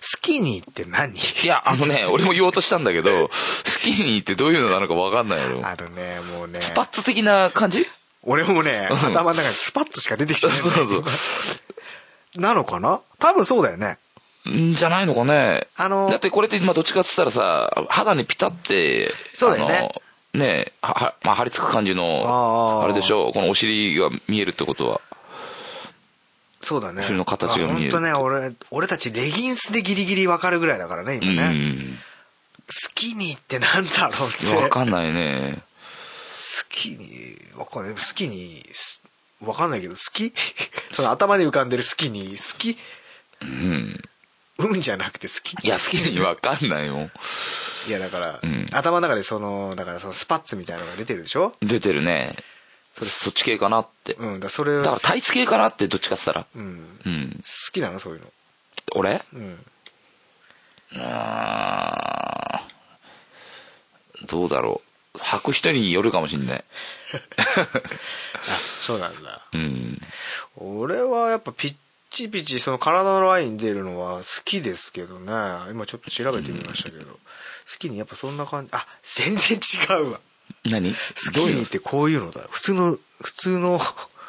Speaker 3: スキニーって何
Speaker 4: いや、あの ね、俺も言おうとしたんだけど、スキニーってどういうのなのか分かんないよ。
Speaker 3: あのね、もうね。
Speaker 4: スパッツ的な感じ
Speaker 3: 俺もね、
Speaker 4: うん
Speaker 3: 頭の中にスパッツしか出てきて
Speaker 4: そう
Speaker 3: ない。
Speaker 4: そう。
Speaker 3: なのかな多分そうだよね。
Speaker 4: んじゃないのかね。
Speaker 3: あの
Speaker 4: だってこれって今どっちかっつったらさ、肌にピタって、
Speaker 3: そうだよね
Speaker 4: あの。ねは、はまあ、張り付く感じ
Speaker 3: あ
Speaker 4: の、
Speaker 3: ー
Speaker 4: あれでしょう、このお尻が見えるってことは。
Speaker 3: そうだね。
Speaker 4: 後ろの形が見える
Speaker 3: 本当ね、俺、俺たちレギンスでギリギリわかるぐらいだからね、
Speaker 4: う
Speaker 3: 今ね。
Speaker 4: ん。
Speaker 3: スキニーってなんだろうって。
Speaker 4: 分かんないね。
Speaker 3: スキニー、わかんない。スキニーす、わかんないけど、好き その頭に浮かんでるスキニー、好き
Speaker 4: うん。
Speaker 3: うんじゃなくて好き
Speaker 4: いや、スキニー分かんないよ。
Speaker 3: いや、だから、
Speaker 4: うん
Speaker 3: 頭の中でその、だからそのスパッツみたいなのが出てるでしょ
Speaker 4: 出てるね。そっち系かなって。
Speaker 3: うん、だからそれ
Speaker 4: だ
Speaker 3: を
Speaker 4: からタイツ系かなってどっちかっつったら。
Speaker 3: うん。
Speaker 4: うん。
Speaker 3: 好きなのそういうの。
Speaker 4: 俺
Speaker 3: うん。
Speaker 4: あーどうだろう履く人によるかもしんない
Speaker 3: あ、そうなんだ。
Speaker 4: うん
Speaker 3: 俺はやっぱピッチピチその体のライン出るのは好きですけどね今ちょっと調べてみましたけど、好きにやっぱそんな感じあ全然違うわ
Speaker 4: 何
Speaker 3: スキ
Speaker 4: どういう
Speaker 3: ニーってこういうのだ普通の普通の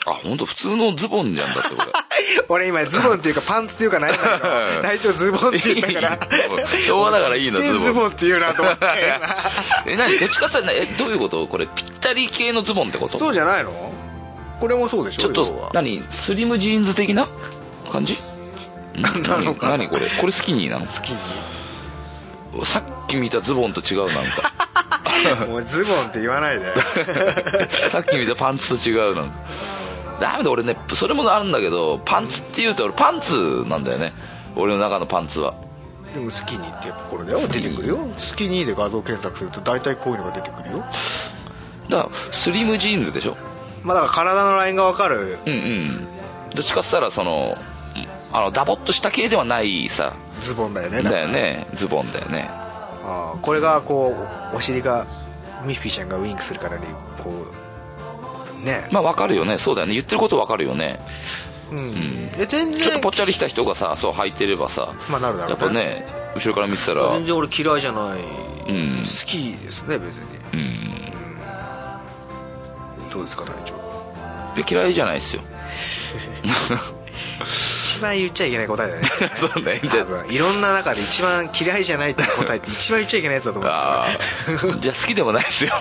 Speaker 4: あ本当普通のズボンじゃんだってこ
Speaker 3: 俺今ズボンっていうかパンツっていうか何だろう内調ズボンっ
Speaker 4: れ
Speaker 3: て言った から
Speaker 4: もう昭和だから いいの
Speaker 3: で
Speaker 4: ズ
Speaker 3: ズ
Speaker 4: ボン
Speaker 3: ボンっていうなと思って
Speaker 4: え何どっちかさえどういうことこれぴったり系のズボンってこと
Speaker 3: そうじゃないのこれもそうでしょ
Speaker 4: ちょっ
Speaker 3: 要
Speaker 4: と
Speaker 3: は
Speaker 4: 何スリムジーンズ的な感じ ん
Speaker 3: なのかな
Speaker 4: 何何これこれスキニーな
Speaker 3: ス キニー
Speaker 4: のさっき見たズボンと違うなん か
Speaker 3: もうズボンって言わないで
Speaker 4: さっき見たパンツと違うなんかダメだ俺ねそれもあるんだけどパンツっていうと俺パンツなんだよね俺の中のパンツは
Speaker 3: でもスキニーってやっぱこれだよ出てくるよスキニーで画像検索すると大体こういうのが出てくるよ
Speaker 4: だからスリムジーンズでしょ
Speaker 3: まあだから体のラインがわかる
Speaker 4: うんうんどっちかっつったらそのあのダボっとした系ではないさ
Speaker 3: ズボンだよね
Speaker 4: だよねズボンだよね
Speaker 3: ああこれがこうお尻がミッフィーちゃんがウインクするからにこうね
Speaker 4: まあわかるよねそうだよね言ってることわかるよね
Speaker 3: うん、え全然
Speaker 4: ちょっとぽっちゃりした人がさそう履いてればさ
Speaker 3: まあなるだろうね
Speaker 4: やっぱね後ろから見てたら
Speaker 3: 全然俺嫌いじゃない、好
Speaker 4: ん
Speaker 3: きですね別に
Speaker 4: うん
Speaker 3: どうですか隊長
Speaker 4: で嫌いじゃないですよ
Speaker 3: 一番言っちゃいけない答えだね
Speaker 4: そうねじゃ
Speaker 3: 多分いろんな中で一番嫌いじゃないっていう答えって一番言っちゃいけないやつだと思う
Speaker 4: ああじゃあ好きでもないですよ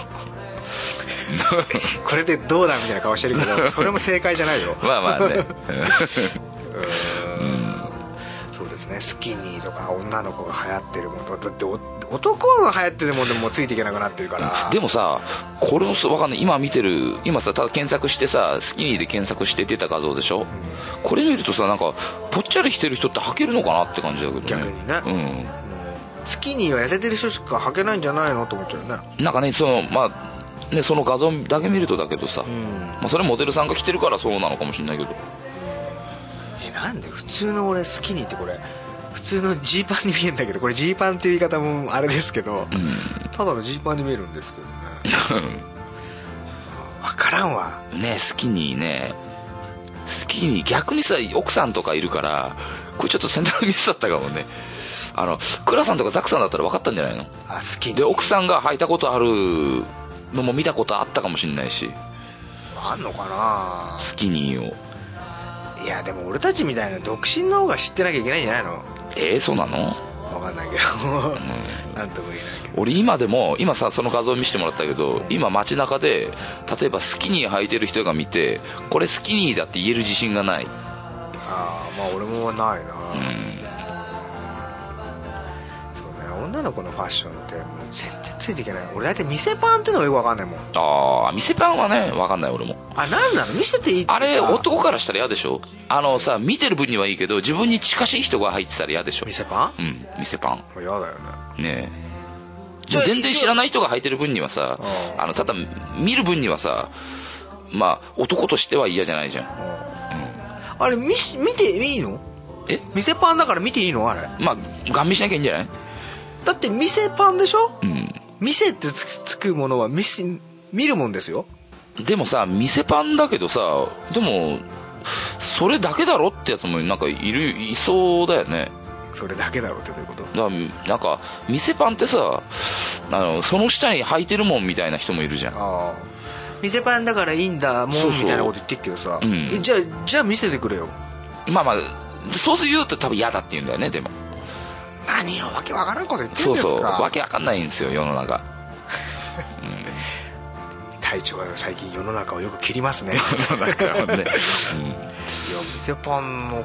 Speaker 3: これでどうだみたいな顔してるけ どそれも正解じゃないよ
Speaker 4: まあまあね
Speaker 3: そうですですねスキニーとか女の子が流行ってるものだってお男が流行ってるもんでもうついていけなくなってるから
Speaker 4: でもさこれのわかんない今見てる今さただ検索してさスキニーで検索して出た画像でしょ、これ見るとさなんかぽっちゃりしてる人って履けるのかなって感じだけどね
Speaker 3: 逆にね
Speaker 4: うん
Speaker 3: スキニーは痩せてる人しか履けないんじゃないのと思っちゃうよね
Speaker 4: なんかねそのまあねその画像だけ見るとだけどさ、まあ、それモデルさんが着てるからそうなのかもしれないけど
Speaker 3: えなんで普通の俺スキニーってこれ普通のジーパンに見えるんだけどこれジーパンっていう言い方もあれですけど
Speaker 4: うん
Speaker 3: ただのジーパンに見えるんですけどね分からんわ
Speaker 4: ねスキニーねスキニー逆にさ奥さんとかいるからこれちょっと選択ミスだったかもねあのクラさんとかザクさんだったら分かったんじゃないの
Speaker 3: あスキニー
Speaker 4: で奥さんが履いたことあるのも見たことあったかもしれないし
Speaker 3: あんのか
Speaker 4: スキニーを
Speaker 3: ないやでも俺たちみたいな独身の方が知ってなきゃいけないんじゃないの
Speaker 4: えー、そうなの、
Speaker 3: 分かんないけ
Speaker 4: う
Speaker 3: ど
Speaker 4: ん
Speaker 3: なんとも言えないけど
Speaker 4: 俺今でも今さその画像見せてもらったけど今街中で例えばスキニー履いてる人が見てこれスキニーだって言える自信がない
Speaker 3: ああまあ俺もないな、
Speaker 4: うん
Speaker 3: そうね女の子のファッションってもう全然ついていけない俺大体店パンってのがよく分かんないもん
Speaker 4: ああ店パンはね分かんない俺も
Speaker 3: あなんなの見せていいってさ
Speaker 4: あれ男からしたら嫌でしょあのさ見てる分にはいいけど自分に近しい人が入ってたら嫌でしょ
Speaker 3: 店パ
Speaker 4: うん店パン
Speaker 3: ン嫌だよね
Speaker 4: ね
Speaker 3: じゃあ
Speaker 4: え全然知らない人が履いてる分にはさ
Speaker 3: うん
Speaker 4: あのただ見る分にはさまあ男としては嫌じゃないじゃん
Speaker 3: あれ見し見ていいの
Speaker 4: え
Speaker 3: 店パンだから見ていいのあれ
Speaker 4: まあガン見しなきゃいいんじゃない
Speaker 3: だって店パンでしょ
Speaker 4: うん
Speaker 3: 店ってつくつくものは見し見るもんですよ
Speaker 4: でもさ店パンだけどさでもそれだけだろってやつもなんかいるいそうだよね
Speaker 3: それだけだろうってどういうこと
Speaker 4: だからなんか店パンってさあのその下に履いてるもんみたいな人もいるじゃん
Speaker 3: ああ店パンだからいいんだも
Speaker 4: そうそ
Speaker 3: ん
Speaker 4: う
Speaker 3: みたいなこと言ってっけどさ
Speaker 4: うん
Speaker 3: えじゃあじゃあ見せてくれよ
Speaker 4: まあまあそうすると多分嫌だって言うんだよねでも
Speaker 3: 何よわけわからんこと言ってん
Speaker 4: そう
Speaker 3: ですか
Speaker 4: そうわけわかんないんですよ世の中
Speaker 3: 隊長は最近世の中をよく切ります ねいや
Speaker 4: だからね、
Speaker 3: 店パンの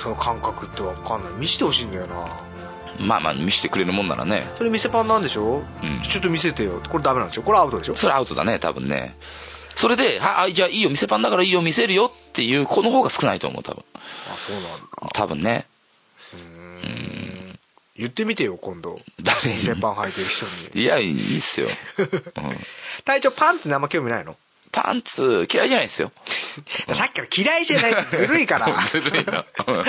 Speaker 3: その感覚ってわかんない見せてほしいんだよな
Speaker 4: うん、まあまあ見せてくれるもんならね
Speaker 3: それ店パンなんでしょ、
Speaker 4: うん
Speaker 3: ちょっと見せてよこれダメなんでしょこれアウトでしょ
Speaker 4: それアウトだね多分ねそれで「はあじゃあいいよ店パンだからいいよ見せるよ」っていう子の方が少ないと思う多分
Speaker 3: あそうなんだ
Speaker 4: 多分ね
Speaker 3: 言ってみてよ今度
Speaker 4: 誰に
Speaker 3: 店パン履いてる人に
Speaker 4: いやいいっす よ、うん
Speaker 3: 隊長パンってあんま興味ないの
Speaker 4: パンツ嫌いじゃないですよ
Speaker 3: さっきから嫌いじゃないってずるいから
Speaker 4: ずるいな うんまあ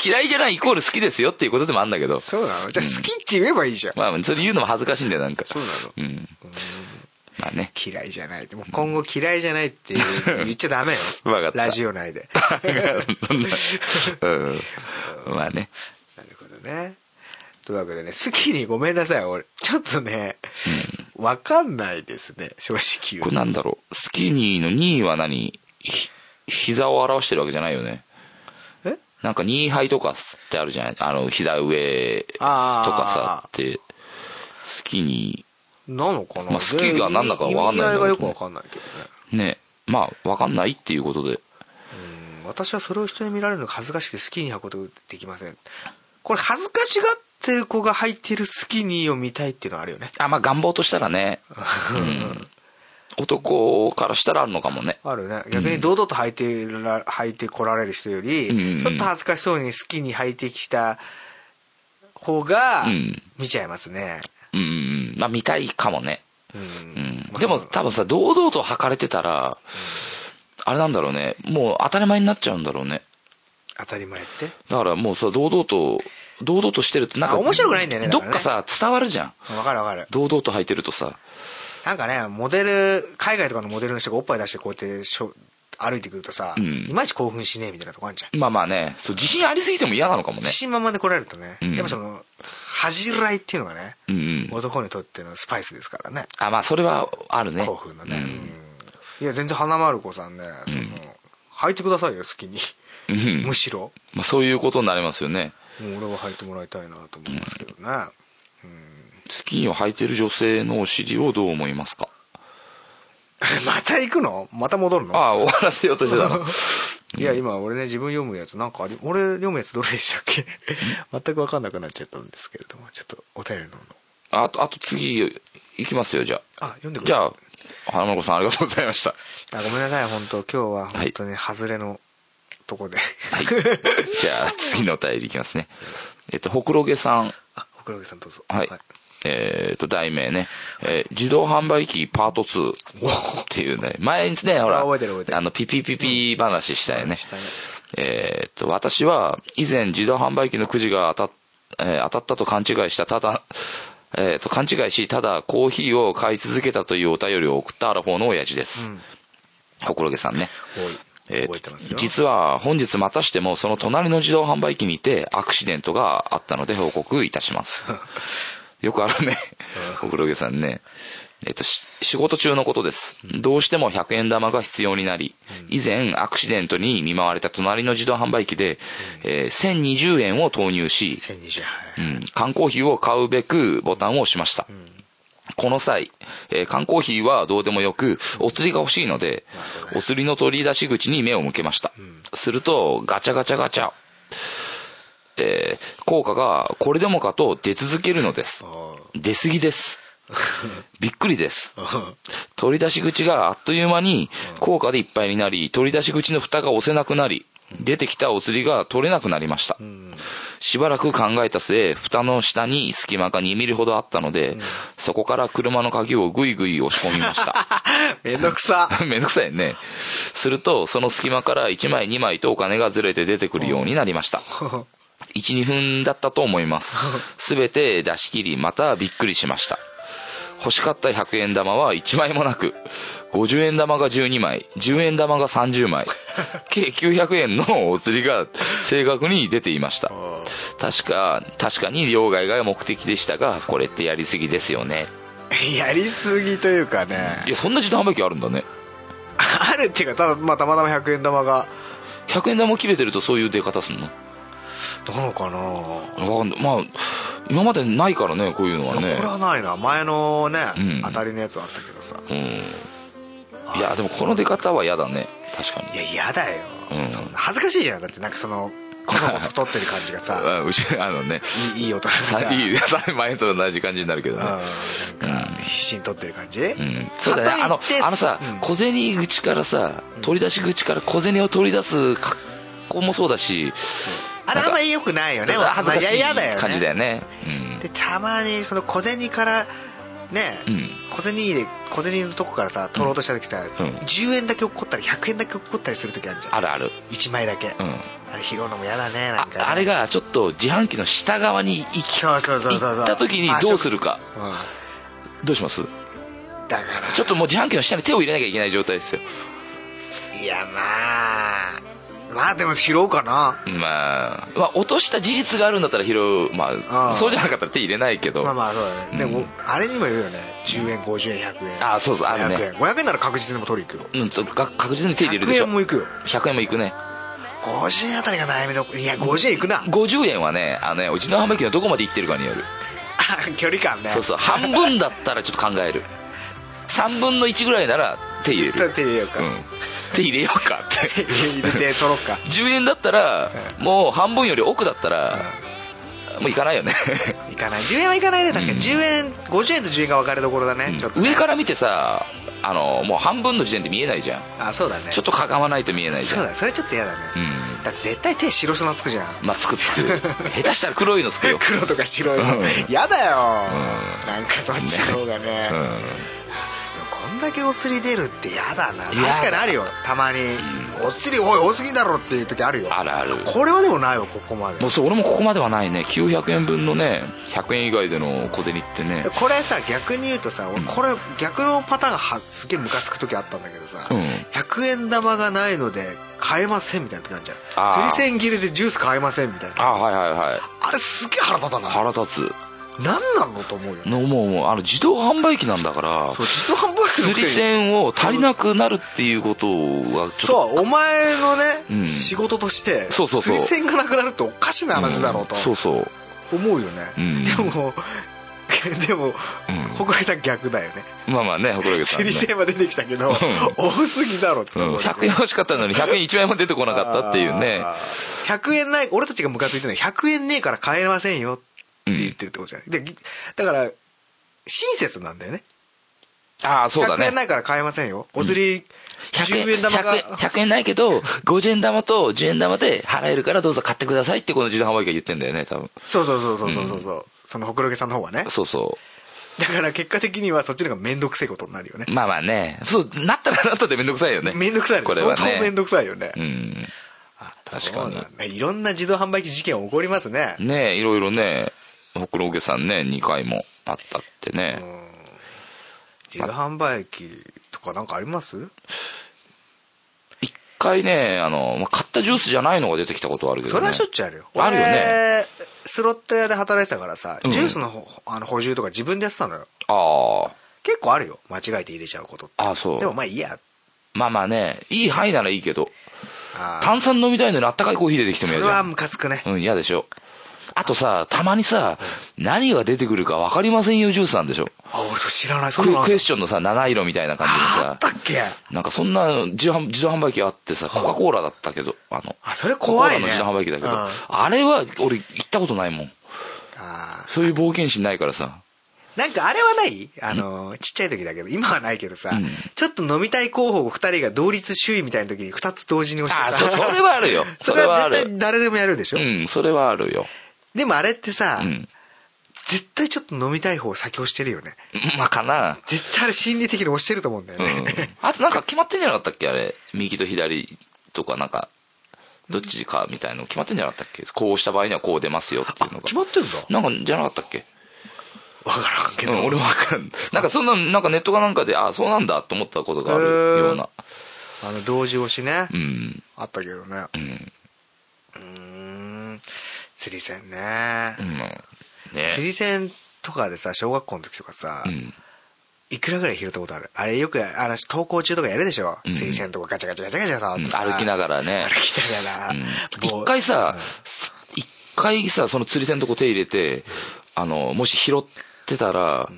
Speaker 4: 嫌いじゃないイコール好きですよっていうことでもあるんだけど
Speaker 3: そうなのじゃあ好きって言えばいいじゃん、
Speaker 4: まあそれ言うのも恥ずかしいんだよなんか
Speaker 3: そうなの
Speaker 4: うんま あね
Speaker 3: 嫌いじゃないってもう今後嫌いじゃないって言っちゃダメよ
Speaker 4: わかった
Speaker 3: ラジオ 内で
Speaker 4: うんまあね
Speaker 3: なるほどね。というわけでね、好きにごめんなさい、俺。ちょっとね、わかんないですね、正直
Speaker 4: こ
Speaker 3: 言
Speaker 4: れ
Speaker 3: うと。
Speaker 4: なんだろうスキニーの2位は何ひ膝を表してるわけじゃないよね
Speaker 3: え
Speaker 4: なんか2杯とかってあるじゃないあの膝上とかさ
Speaker 3: あー
Speaker 4: ってスキニ
Speaker 3: なのかな
Speaker 4: まあ好きが何だかわかんないんだけど
Speaker 3: 意味
Speaker 4: ね
Speaker 3: 合がよくわかんないけどね。
Speaker 4: ーねまあわかんないっていうことで
Speaker 3: うん私はそれを人に見られるのが恥ずかしくて好きに履くことができません。これ恥ずかしがってる子が履いてるスキニーを見たいっていうのはあるよね。
Speaker 4: あまあ願望としたらね、うん、男からしたらあるのかもね
Speaker 3: あるね。逆に堂々と履いてら、履いてこられる人より、
Speaker 4: うん
Speaker 3: ちょっと恥ずかしそうに好きに履いてきた方が
Speaker 4: うん、
Speaker 3: 見ちゃいますね。
Speaker 4: うんまあ見たいかもね、
Speaker 3: うん
Speaker 4: うん
Speaker 3: まあ、
Speaker 4: でも多分さ堂々と履かれてたらあれなんだろうねもう当たり前になっちゃうんだろうね
Speaker 3: 当たり前って
Speaker 4: だからもうさ堂々と堂々としてるってなんか
Speaker 3: あ面白くないんだよねだ
Speaker 4: ど
Speaker 3: か
Speaker 4: っ
Speaker 3: らね
Speaker 4: かさ伝わるじゃん
Speaker 3: わかるわかる
Speaker 4: 堂々と履いてるとさ
Speaker 3: なんかねモデル海外とかのモデルの人がおっぱい出してこうやってしょ歩いてくるとさ、
Speaker 4: うん
Speaker 3: いまいち興奮しねえみたいなとこあるじゃん、
Speaker 4: まあまあねそう自信ありすぎても嫌なのかもね
Speaker 3: 自信満々で来られるとね、
Speaker 4: うん
Speaker 3: やっぱその恥じらいっていうのがね、
Speaker 4: うんうん
Speaker 3: 男にとってのスパイスですからね
Speaker 4: あまあそれはあるね
Speaker 3: 興奮のね、
Speaker 4: う
Speaker 3: うん
Speaker 4: ん
Speaker 3: いや全然花丸子さんね、その履いてくださいよ好きに
Speaker 4: うん
Speaker 3: むしろ
Speaker 4: まあ、そういうことになりますよね
Speaker 3: もう俺は履いてもらいたいなと思いますけどね、
Speaker 4: スキンを履いてる女性のお尻をどう思いますか
Speaker 3: また行くのまた戻るの
Speaker 4: ああ終わらせようとしてたの
Speaker 3: いや今俺ね自分読むやつなんかあり俺読むやつどれでしたっけ全く分かんなくなっちゃったんですけれどもちょっとお便りの方の
Speaker 4: あとあと次いきますよじゃあ
Speaker 3: あ読んでくれ
Speaker 4: じゃあ花丸子さんありがとうございました
Speaker 3: あごめんなさい本当今日は本当に外れのとこで、
Speaker 4: はい じゃあ次のお便りいきますねえっとほくろげさん
Speaker 3: あほくろげさんどうぞ
Speaker 4: はい、えっと題名ね、えー自動販売機パート2」っていうね前にねほら
Speaker 3: あ覚えてる覚えてる
Speaker 4: あのピピピピ話したよね、
Speaker 3: したね
Speaker 4: えーっと私は以前自動販売機のくじが当た,、えー当たったと勘違いしたただ、えーっと勘違いしただコーヒーを買い続けたというお便りを送ったあら方の親父です、
Speaker 3: うん
Speaker 4: ほころげさんね
Speaker 3: おい
Speaker 4: えー
Speaker 3: 覚えてますよ
Speaker 4: 実は本日またしてもその隣の自動販売機にてアクシデントがあったので報告いたします よくあるねほくろげさんねえっと、し仕事中のことです。どうしても100円玉が必要になり、以前アクシデントに見舞われた隣の自動販売機で、えー1020円を投入し、
Speaker 3: 1020
Speaker 4: う
Speaker 3: はい
Speaker 4: ん、缶コーヒーを買うべくボタンを押しました。この際、えー缶コーヒーはどうでもよく、お釣りが欲しいので、お釣りの取り出し口に目を向けました。すると、ガチャガチャガチャ。えー効果がこれでもかと出続けるのです。
Speaker 3: あ
Speaker 4: 出過ぎです。びっくりです。
Speaker 3: あ
Speaker 4: 取り出し口があっという間に効果でいっぱいになり、取り出し口の蓋が押せなくなり、出てきたお釣りが取れなくなりました。しばらく考えた末、蓋の下に隙間が2ミリほどあったので、そこから車の鍵をぐいぐい押し込みました。
Speaker 3: めんどくさ
Speaker 4: めんどくさいね。すると、その隙間から1枚2枚とお金がずれて出てくるようになりました。1、2分だったと思い ます。すべて出し切り、またびっくりしました。欲しかった100円玉は1枚もなく、50円玉が12枚、10円玉が30枚、 計900円のお釣りが正確に出ていました。確か、確かに両替が目的でしたが、これってやりすぎですよね。
Speaker 3: やりすぎというかね
Speaker 4: いや、そんな時間販売機あるんだね。
Speaker 3: あるっていうかただ、まあ、たまたま100円玉が
Speaker 4: 100円玉切れてるとそういう出方すんの
Speaker 3: どうなのかな
Speaker 4: わかんないまあ今までないからねこういうのはい
Speaker 3: や
Speaker 4: ね
Speaker 3: これはないな前のね、
Speaker 4: うん
Speaker 3: 当たりのやつはあったけどさ
Speaker 4: うんいやでもこの出方は嫌だね確か
Speaker 3: い
Speaker 4: に
Speaker 3: や嫌だよ、
Speaker 4: うん
Speaker 3: そんな恥ずかしいじゃんだってなんかその子供太ってる感じがさ
Speaker 4: あうちあのね
Speaker 3: いいいい大人で
Speaker 4: さ
Speaker 3: さ
Speaker 4: いいさ前と同じ感じになるけど
Speaker 3: うん
Speaker 4: ね
Speaker 3: なんか必死に取ってる感じ、
Speaker 4: うん、そうだねあ
Speaker 3: か
Speaker 4: の
Speaker 3: といって
Speaker 4: あのさ、
Speaker 3: うん
Speaker 4: 小銭口からさ取り出し口から小銭を取り出す格好もそうだし
Speaker 3: あれあんまり良くないよね
Speaker 4: なんか恥ずかし
Speaker 3: まあやだよ
Speaker 4: い
Speaker 3: ね
Speaker 4: 感じだよね
Speaker 3: でたまにその小銭からね、
Speaker 4: うん、うん、
Speaker 3: 小銭入れ小銭のとこからさ取ろうとした時さ、
Speaker 4: うん
Speaker 3: 10円だけ落っこったり100円だけ落っこったりする時あるじゃん
Speaker 4: あるある
Speaker 3: 1枚だけ、
Speaker 4: うん
Speaker 3: あれ拾うのも嫌だねな
Speaker 4: あ
Speaker 3: んかね
Speaker 4: あれがちょっと自販機の下側に行き
Speaker 3: そうそうそうそうそう
Speaker 4: 行った時にどうするか
Speaker 3: うん
Speaker 4: どうします
Speaker 3: だから
Speaker 4: ちょっともう自販機の下に手を入れなきゃいけない状態ですよ
Speaker 3: いやまあまあでも拾うかな
Speaker 4: まあ、まあ、落とした事実があるんだったら拾うまあ
Speaker 3: あー
Speaker 4: そうじゃなかったら手入れないけど、
Speaker 3: まあまあそうだね、で
Speaker 4: う
Speaker 3: も
Speaker 4: ん
Speaker 3: あれにもよるよね10円50円100円
Speaker 4: あーそうそうあるね
Speaker 3: 500円500円なら確実にも取り行くよ
Speaker 4: うん、とが確実に手入れるで
Speaker 3: 100
Speaker 4: しょ
Speaker 3: 円も行くよ
Speaker 4: 100円もいくね
Speaker 3: 50円あたりが悩みどこいや50円行くな
Speaker 4: 50円はねあのねうちの販売機のどこまで行ってるかによる
Speaker 3: あ 距離感ね
Speaker 4: そうそう半分だったらちょっと考 える3分の1ぐらいなら手入れ
Speaker 3: ちょっ
Speaker 4: る
Speaker 3: と、手入れようか、
Speaker 4: うん、手入れようかって
Speaker 3: 入れて取ろうか
Speaker 4: 10円だったらもう半分より奥だったらもう行かない よね
Speaker 3: 行かない10円は行かないね確かに10円50円と10円が分かれどころだね、ちょっとね
Speaker 4: 上から見てさあのもう半分の時点で見えないじゃん
Speaker 3: あそうだね
Speaker 4: ちょっとかがまないと見えないじ
Speaker 3: そ
Speaker 4: ゃ
Speaker 3: うんだねそれちょっと嫌だね、
Speaker 4: うん
Speaker 3: だって絶対手白そのつくじゃん
Speaker 4: まあつくつ く下手したら黒いのつくよ、
Speaker 3: 黒とか白いの
Speaker 4: うん
Speaker 3: 嫌だよ、
Speaker 4: ん
Speaker 3: なんかそっちの方がね
Speaker 4: うん、
Speaker 3: こんだけお釣り出るって嫌だな
Speaker 4: 嫌だ
Speaker 3: 確かにあるよたまに、お釣りおい多すぎだろっていう時あるよ
Speaker 4: あるある
Speaker 3: これはでもないわここまで
Speaker 4: もうそう俺もここまではないね900円分のね100円以外での小銭ってね
Speaker 3: これさ逆に言うとさ俺これ逆のパターンがはすげえムカつく時あったんだけどさ、
Speaker 4: うん
Speaker 3: 100円玉がないので買えませんみたいな時あるじゃ
Speaker 4: あー
Speaker 3: ん釣り銭切れでジュース買えませんみたいな
Speaker 4: あはいはいはい
Speaker 3: あれすげえ腹立たない
Speaker 4: 腹立
Speaker 3: 何なのと思うよ
Speaker 4: つのもうもうあの自動販売機なんだから
Speaker 3: そう自動販売機
Speaker 4: 釣
Speaker 3: の
Speaker 4: り
Speaker 3: くせに
Speaker 4: 銭を足りなくなるっていうことはちょっと
Speaker 3: そうお前のね、
Speaker 4: うん
Speaker 3: 仕事として
Speaker 4: そうそうそ
Speaker 3: 釣
Speaker 4: う
Speaker 3: り銭がなくなるっておかしな話だろうと
Speaker 4: うんそうそう
Speaker 3: 思うよね、
Speaker 4: うん
Speaker 3: でも でも、
Speaker 4: うん
Speaker 3: 誇りさん逆だよね
Speaker 4: まあまあねほころげさん
Speaker 3: セ
Speaker 4: ね
Speaker 3: リセは出てきたけど、多すぎだろって
Speaker 4: うん
Speaker 3: 思う
Speaker 4: 100円欲しかったのに100円1枚も出てこなかったっていうね
Speaker 3: あー100円ない俺たちがムカついてるのは100円ねえから買えませんよって言ってるってことじゃない、でぎだから親切なんだよね
Speaker 4: ああそうだ
Speaker 3: 100
Speaker 4: ね
Speaker 3: 円ないから買えませんよお釣り10
Speaker 4: 100
Speaker 3: 円
Speaker 4: 円
Speaker 3: 玉が、
Speaker 4: 100円100円ないけど50円玉と10円玉で払えるからどうぞ買ってくださいってこの自動販売機が言ってんだよね多分
Speaker 3: そうそうそうそうそうそうそうそのほくろげさんの方はね
Speaker 4: そうそ
Speaker 3: だから結果的にはそっちの方が面倒くせえことになるよね
Speaker 4: うまあまあねそうなったらなったでめんどくさいよね
Speaker 3: 面倒くさいよね
Speaker 4: これはね
Speaker 3: 相当面倒くさいよね、
Speaker 4: うん
Speaker 3: あ
Speaker 4: 確
Speaker 3: そ
Speaker 4: か
Speaker 3: う
Speaker 4: に
Speaker 3: なんだいろんな自動販売機事件起こりますね、
Speaker 4: ねえいろいろねほくろげさんね2回もあったってね
Speaker 3: うん自動販売機とかなんかあります
Speaker 4: 1回ねあのまあ買ったジュースじゃないのが出てきたことはあるけど、ね、
Speaker 3: それはしょっちゅうあるよ
Speaker 4: あるよね
Speaker 3: 俺スロット屋で働いてたからさ、
Speaker 4: うん
Speaker 3: ジュースのほあの補充とか自分でやってたのよ
Speaker 4: あ
Speaker 3: 結構あるよ間違えて入れちゃうことって
Speaker 4: あああそう
Speaker 3: でもまあいいや
Speaker 4: まあまあねいい範囲ならいいけど
Speaker 3: あー
Speaker 4: 炭酸飲みたいのにあったかいコーヒー出てきても
Speaker 3: そ
Speaker 4: 嫌
Speaker 3: れ
Speaker 4: じゃ
Speaker 3: は
Speaker 4: ん
Speaker 3: ムカつくね、
Speaker 4: うん、嫌でしょ。あとさ、たまにさ、何が出てくるか分かりませんよジュースなんでしょ。
Speaker 3: あ俺知らないそん
Speaker 4: ク
Speaker 3: なのあ
Speaker 4: ク
Speaker 3: る
Speaker 4: エスチョンのさ、七色みたいな感じで
Speaker 3: ああっ
Speaker 4: さ、
Speaker 3: たっけ
Speaker 4: なんかそんな自動販自動販売機あってさ、コカ・コーラだったけど、あの、
Speaker 3: あそれ怖いね
Speaker 4: コカ・コーラの自動販売機だけど、
Speaker 3: うん
Speaker 4: あれは俺行ったことないもん。
Speaker 3: あ
Speaker 4: そういう冒険心ないからさ。
Speaker 3: ーなんかあれはないあのちっちゃい時だけど今はないけどさ、
Speaker 4: うん
Speaker 3: ちょっと飲みたい候補を2人が同率首位みたいな時に2つ同時に押し
Speaker 4: ああ、
Speaker 3: て
Speaker 4: そ
Speaker 3: さ
Speaker 4: それはあるよ。
Speaker 3: そ
Speaker 4: そ
Speaker 3: れ
Speaker 4: れはあ
Speaker 3: は絶
Speaker 4: る。
Speaker 3: 対誰でもやるでし
Speaker 4: う
Speaker 3: ょ、
Speaker 4: ん、それはあるよ。
Speaker 3: でもあれってさ、
Speaker 4: うん。
Speaker 3: 絶対ちょっと飲みたい方を先押してるよね
Speaker 4: まあかな。
Speaker 3: 絶対あれ心理的に押してると思うんだよ
Speaker 4: う
Speaker 3: ね、
Speaker 4: ん。あとなんか決まってんじゃなかったっけあれ。右と左とかなんか、どっちかみたいの決まってんじゃなかったっけこうした場合にはこう出ますよっていうのが。
Speaker 3: ってるんだ
Speaker 4: なんかじゃなかったっけ
Speaker 3: わからんけ
Speaker 4: う
Speaker 3: ど、
Speaker 4: ん、俺わかんなんかそんな、なんかネットかなんかで、あ、そうなんだと思ったことがあるような。
Speaker 3: あの同時押しね、
Speaker 4: うん。
Speaker 3: あったけどね
Speaker 4: うん。
Speaker 3: うーん釣り線ね
Speaker 4: う、ん。
Speaker 3: 釣
Speaker 4: ね
Speaker 3: り線とかでさ小学校の時とかさ、
Speaker 4: うん。
Speaker 3: いくらぐらい拾ったことあるあれよくあの登校中とかやるでしょ、
Speaker 4: うん
Speaker 3: 釣り線とかガチャガチャガチャガチャさ
Speaker 4: うん歩きながらね
Speaker 3: 歩。きながら
Speaker 4: うん
Speaker 3: 棒
Speaker 4: 一回さ、一回さ、その釣り線のとこ手入れて、あの、もし拾ってたら、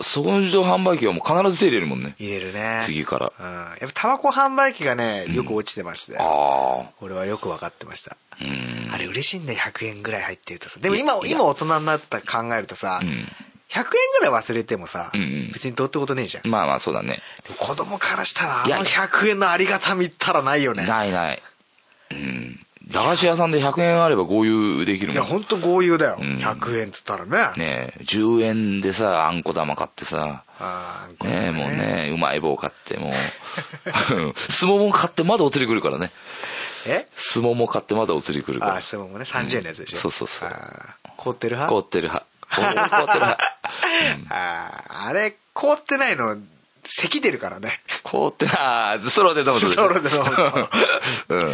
Speaker 4: そこの自動販売機はもう必ず手入れるもんね。
Speaker 3: 入れるね
Speaker 4: 次から。
Speaker 3: うん、やっぱタバコ販売機がねよく落ちてまして、
Speaker 4: ああ。
Speaker 3: 俺はよく分かってました
Speaker 4: うん。
Speaker 3: あれ嬉しいんだよ100円ぐらい入ってるとさでも今
Speaker 4: いやいや
Speaker 3: 今大人になった考えるとさ、100
Speaker 4: う
Speaker 3: 円
Speaker 4: ん。
Speaker 3: ぐらい忘れてもさ、
Speaker 4: うんうん
Speaker 3: 別にどうってことねえじゃん、
Speaker 4: まあまあそうだね。
Speaker 3: でも子供からしたらあ
Speaker 4: いや
Speaker 3: の100円のありがたみったらないよね
Speaker 4: ないない。うん。駄菓子屋さんで100円あれば合流できる
Speaker 3: いや
Speaker 4: もん。
Speaker 3: 本当豪遊だよ、
Speaker 4: うん
Speaker 3: 100円っつったらね
Speaker 4: ねえ、10円でさ、あんこ玉買ってさ、
Speaker 3: あー
Speaker 4: ねえ、もうね、うまい棒買って、もう、 すもも買ってまだお釣り来るからね。
Speaker 3: え
Speaker 4: すもも買ってまだお釣り来るか
Speaker 3: あ
Speaker 4: ら
Speaker 3: あ。そうもね30円のやつでしょ、
Speaker 4: うんそうそうそう
Speaker 3: あー凍ってる派
Speaker 4: 凍ってる派。俺も凍ってる 派。
Speaker 3: あーあれ凍ってないの咳出るからね
Speaker 4: 凍ってる、あーソロで飲むと。
Speaker 3: ソ ロで飲むと
Speaker 4: う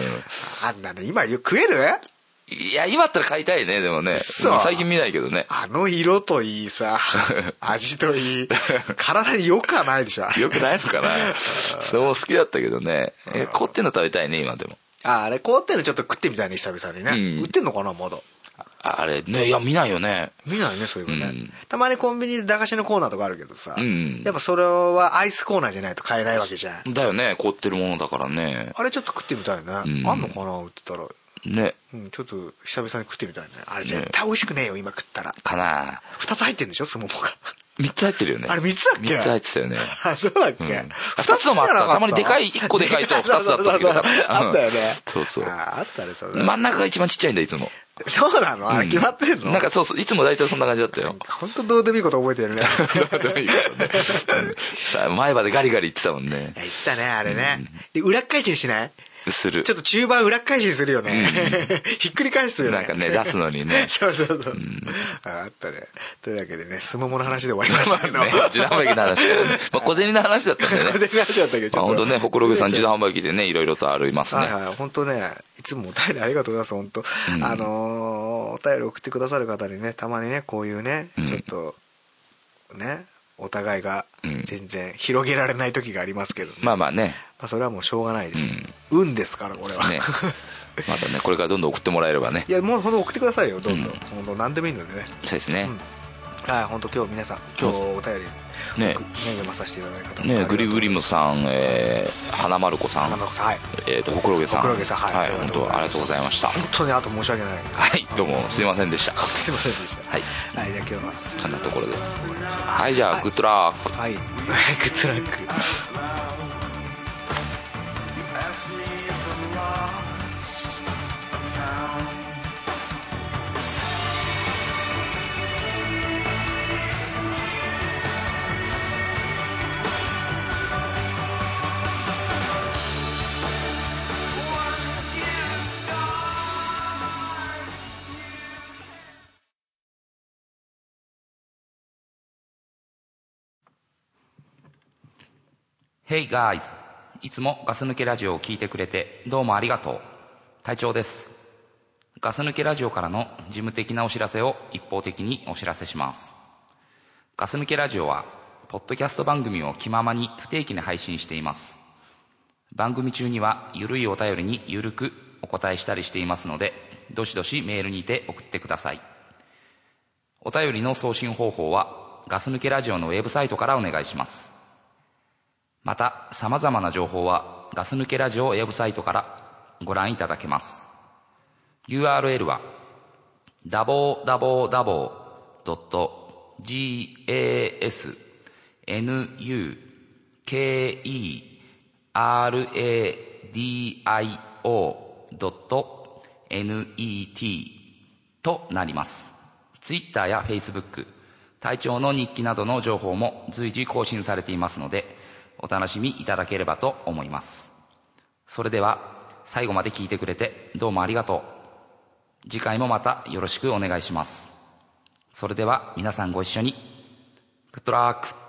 Speaker 3: あんなの今食える
Speaker 4: ん。いや、今あったら買いたいね、でもね。
Speaker 3: そう
Speaker 4: 最近見ないけどね。
Speaker 3: あの色といい さ味といい体によくはないでしょあれ
Speaker 4: よくないのか な。それも好きだったけどね。いや凍ってんの食べたいね、今でも。
Speaker 3: ああれ凍ってんのちょっと食ってみたいね久々にね、
Speaker 4: うん
Speaker 3: 売ってんのかなまだ
Speaker 4: ああれ、ね、いや、見ないよね。
Speaker 3: 見ないねそういうのね、
Speaker 4: うん
Speaker 3: たまにコンビニで駄菓子のコーナーとかあるけどさ、
Speaker 4: うん
Speaker 3: やっぱそれはアイスコーナーじゃないと買えないわけじゃん
Speaker 4: だよね、凍ってるものだからね。
Speaker 3: あれちょっと食ってみたいね、
Speaker 4: うん
Speaker 3: あんのかな売ってたら、
Speaker 4: ね。
Speaker 3: うん、ちょっと久々に食ってみたいねあれ絶対美味しくねえよ今食ったら
Speaker 4: かな
Speaker 3: 2つ入ってんでしょスモモが
Speaker 4: 三つ入ってるよね。
Speaker 3: あれ三つだっけ
Speaker 4: 三つ入ってたよね。
Speaker 3: あそうだっけ、
Speaker 4: う
Speaker 3: 二
Speaker 4: ん二つのもあった。たまにでかい、一個でかいと二つだった 時
Speaker 3: そうそうそう
Speaker 4: が
Speaker 3: あったよね
Speaker 4: うんそうそう。
Speaker 3: あーあったねそれ
Speaker 4: 真ん中が一番ちっちゃいんだ、いつも。
Speaker 3: そうなのあれ決まってんの、
Speaker 4: うんなんかそうそう、いつも大体そんな感じだったよ。
Speaker 3: 本当どうでもいいこと覚えてるね
Speaker 4: どういうことねうんさあ前歯でガリガリ言ってたもんね
Speaker 3: い。や言ってたねあれね、で裏っ返しにしない
Speaker 4: する
Speaker 3: ちょ。っと中盤裏っ返しにするよね、 ひっくり返すよね。
Speaker 4: なんかね、出すのにね
Speaker 3: そうそうそうそう、ああったねというわけでねスモモの話で終わりまし
Speaker 4: ま
Speaker 3: た
Speaker 4: あ
Speaker 3: け
Speaker 4: ね
Speaker 3: ど、
Speaker 4: 自動 販売機の話からね。まあ小銭の話だったんだよ
Speaker 3: 完
Speaker 4: ね。
Speaker 3: 全に話だったけどち
Speaker 4: ま
Speaker 3: ょ
Speaker 4: あ
Speaker 3: っと
Speaker 4: 本当ね、ほころげさん自動販売機でね、いろいろと歩います
Speaker 3: はい
Speaker 4: ね。
Speaker 3: はい本当ねいつもお便りありがとうございます本当、
Speaker 4: うん
Speaker 3: あのーお便り送ってくださる方にねたまにねこういうね
Speaker 4: うん
Speaker 3: ちょっとねお互いが
Speaker 4: うん
Speaker 3: 全然広げられない時がありますけど、ま
Speaker 4: まあまあね。
Speaker 3: あ、それはもうしょうがないです、運ですからこれは、
Speaker 4: ねまだねこれからどんどん送ってもらえればね
Speaker 3: いやもうほんと送ってくださいよどんどん、
Speaker 4: うん
Speaker 3: ほんと何でもいいのでね
Speaker 4: そうですね、
Speaker 3: うんはい本当今日皆さん今日お便り
Speaker 4: ね
Speaker 3: ね読まさせていただいた方
Speaker 4: ねグリグリ
Speaker 3: も
Speaker 4: ムさん、えー、花丸子さん
Speaker 3: 花子さんはい
Speaker 4: えー、とほくろげさん
Speaker 3: ほくろげさんはい
Speaker 4: はい、本当ありがとうございました
Speaker 3: 本当にあと申し訳ない
Speaker 4: はいどうもすいませんでしたは
Speaker 3: すいませんでした
Speaker 4: い
Speaker 3: はいじゃあ今日は
Speaker 4: こんなところではいじゃあ、グッドラック
Speaker 3: はい グッドラック
Speaker 2: Ask me if I'm lost. I'm found. Once you start.
Speaker 4: Hey guys いつもガス抜けラジオを聞いてくれてどうもありがとう隊長ですガス抜けラジオからの事務的なお知らせを一方的にお知らせしますガス抜けラジオはポッドキャスト番組を気ままに不定期に配信しています番組中にはゆるいお便りにゆるくお答えしたりしていますのでどしどしメールにて送ってくださいお便りの送信方法はガス抜けラジオのウェブサイトからお願いしますまた、様々な情報はガス抜けラジオウェブサイトからご覧いただけます。URL は www.gasnukradio.net となります。Twitter や Facebook、体調の日記などの情報も随時更新されていますので、お楽しみいただければと思います。それでは、最後まで聞いてくれてどうもありがとう。次回もまたよろしくお願いします。それでは皆さんご一緒に。グッドラック。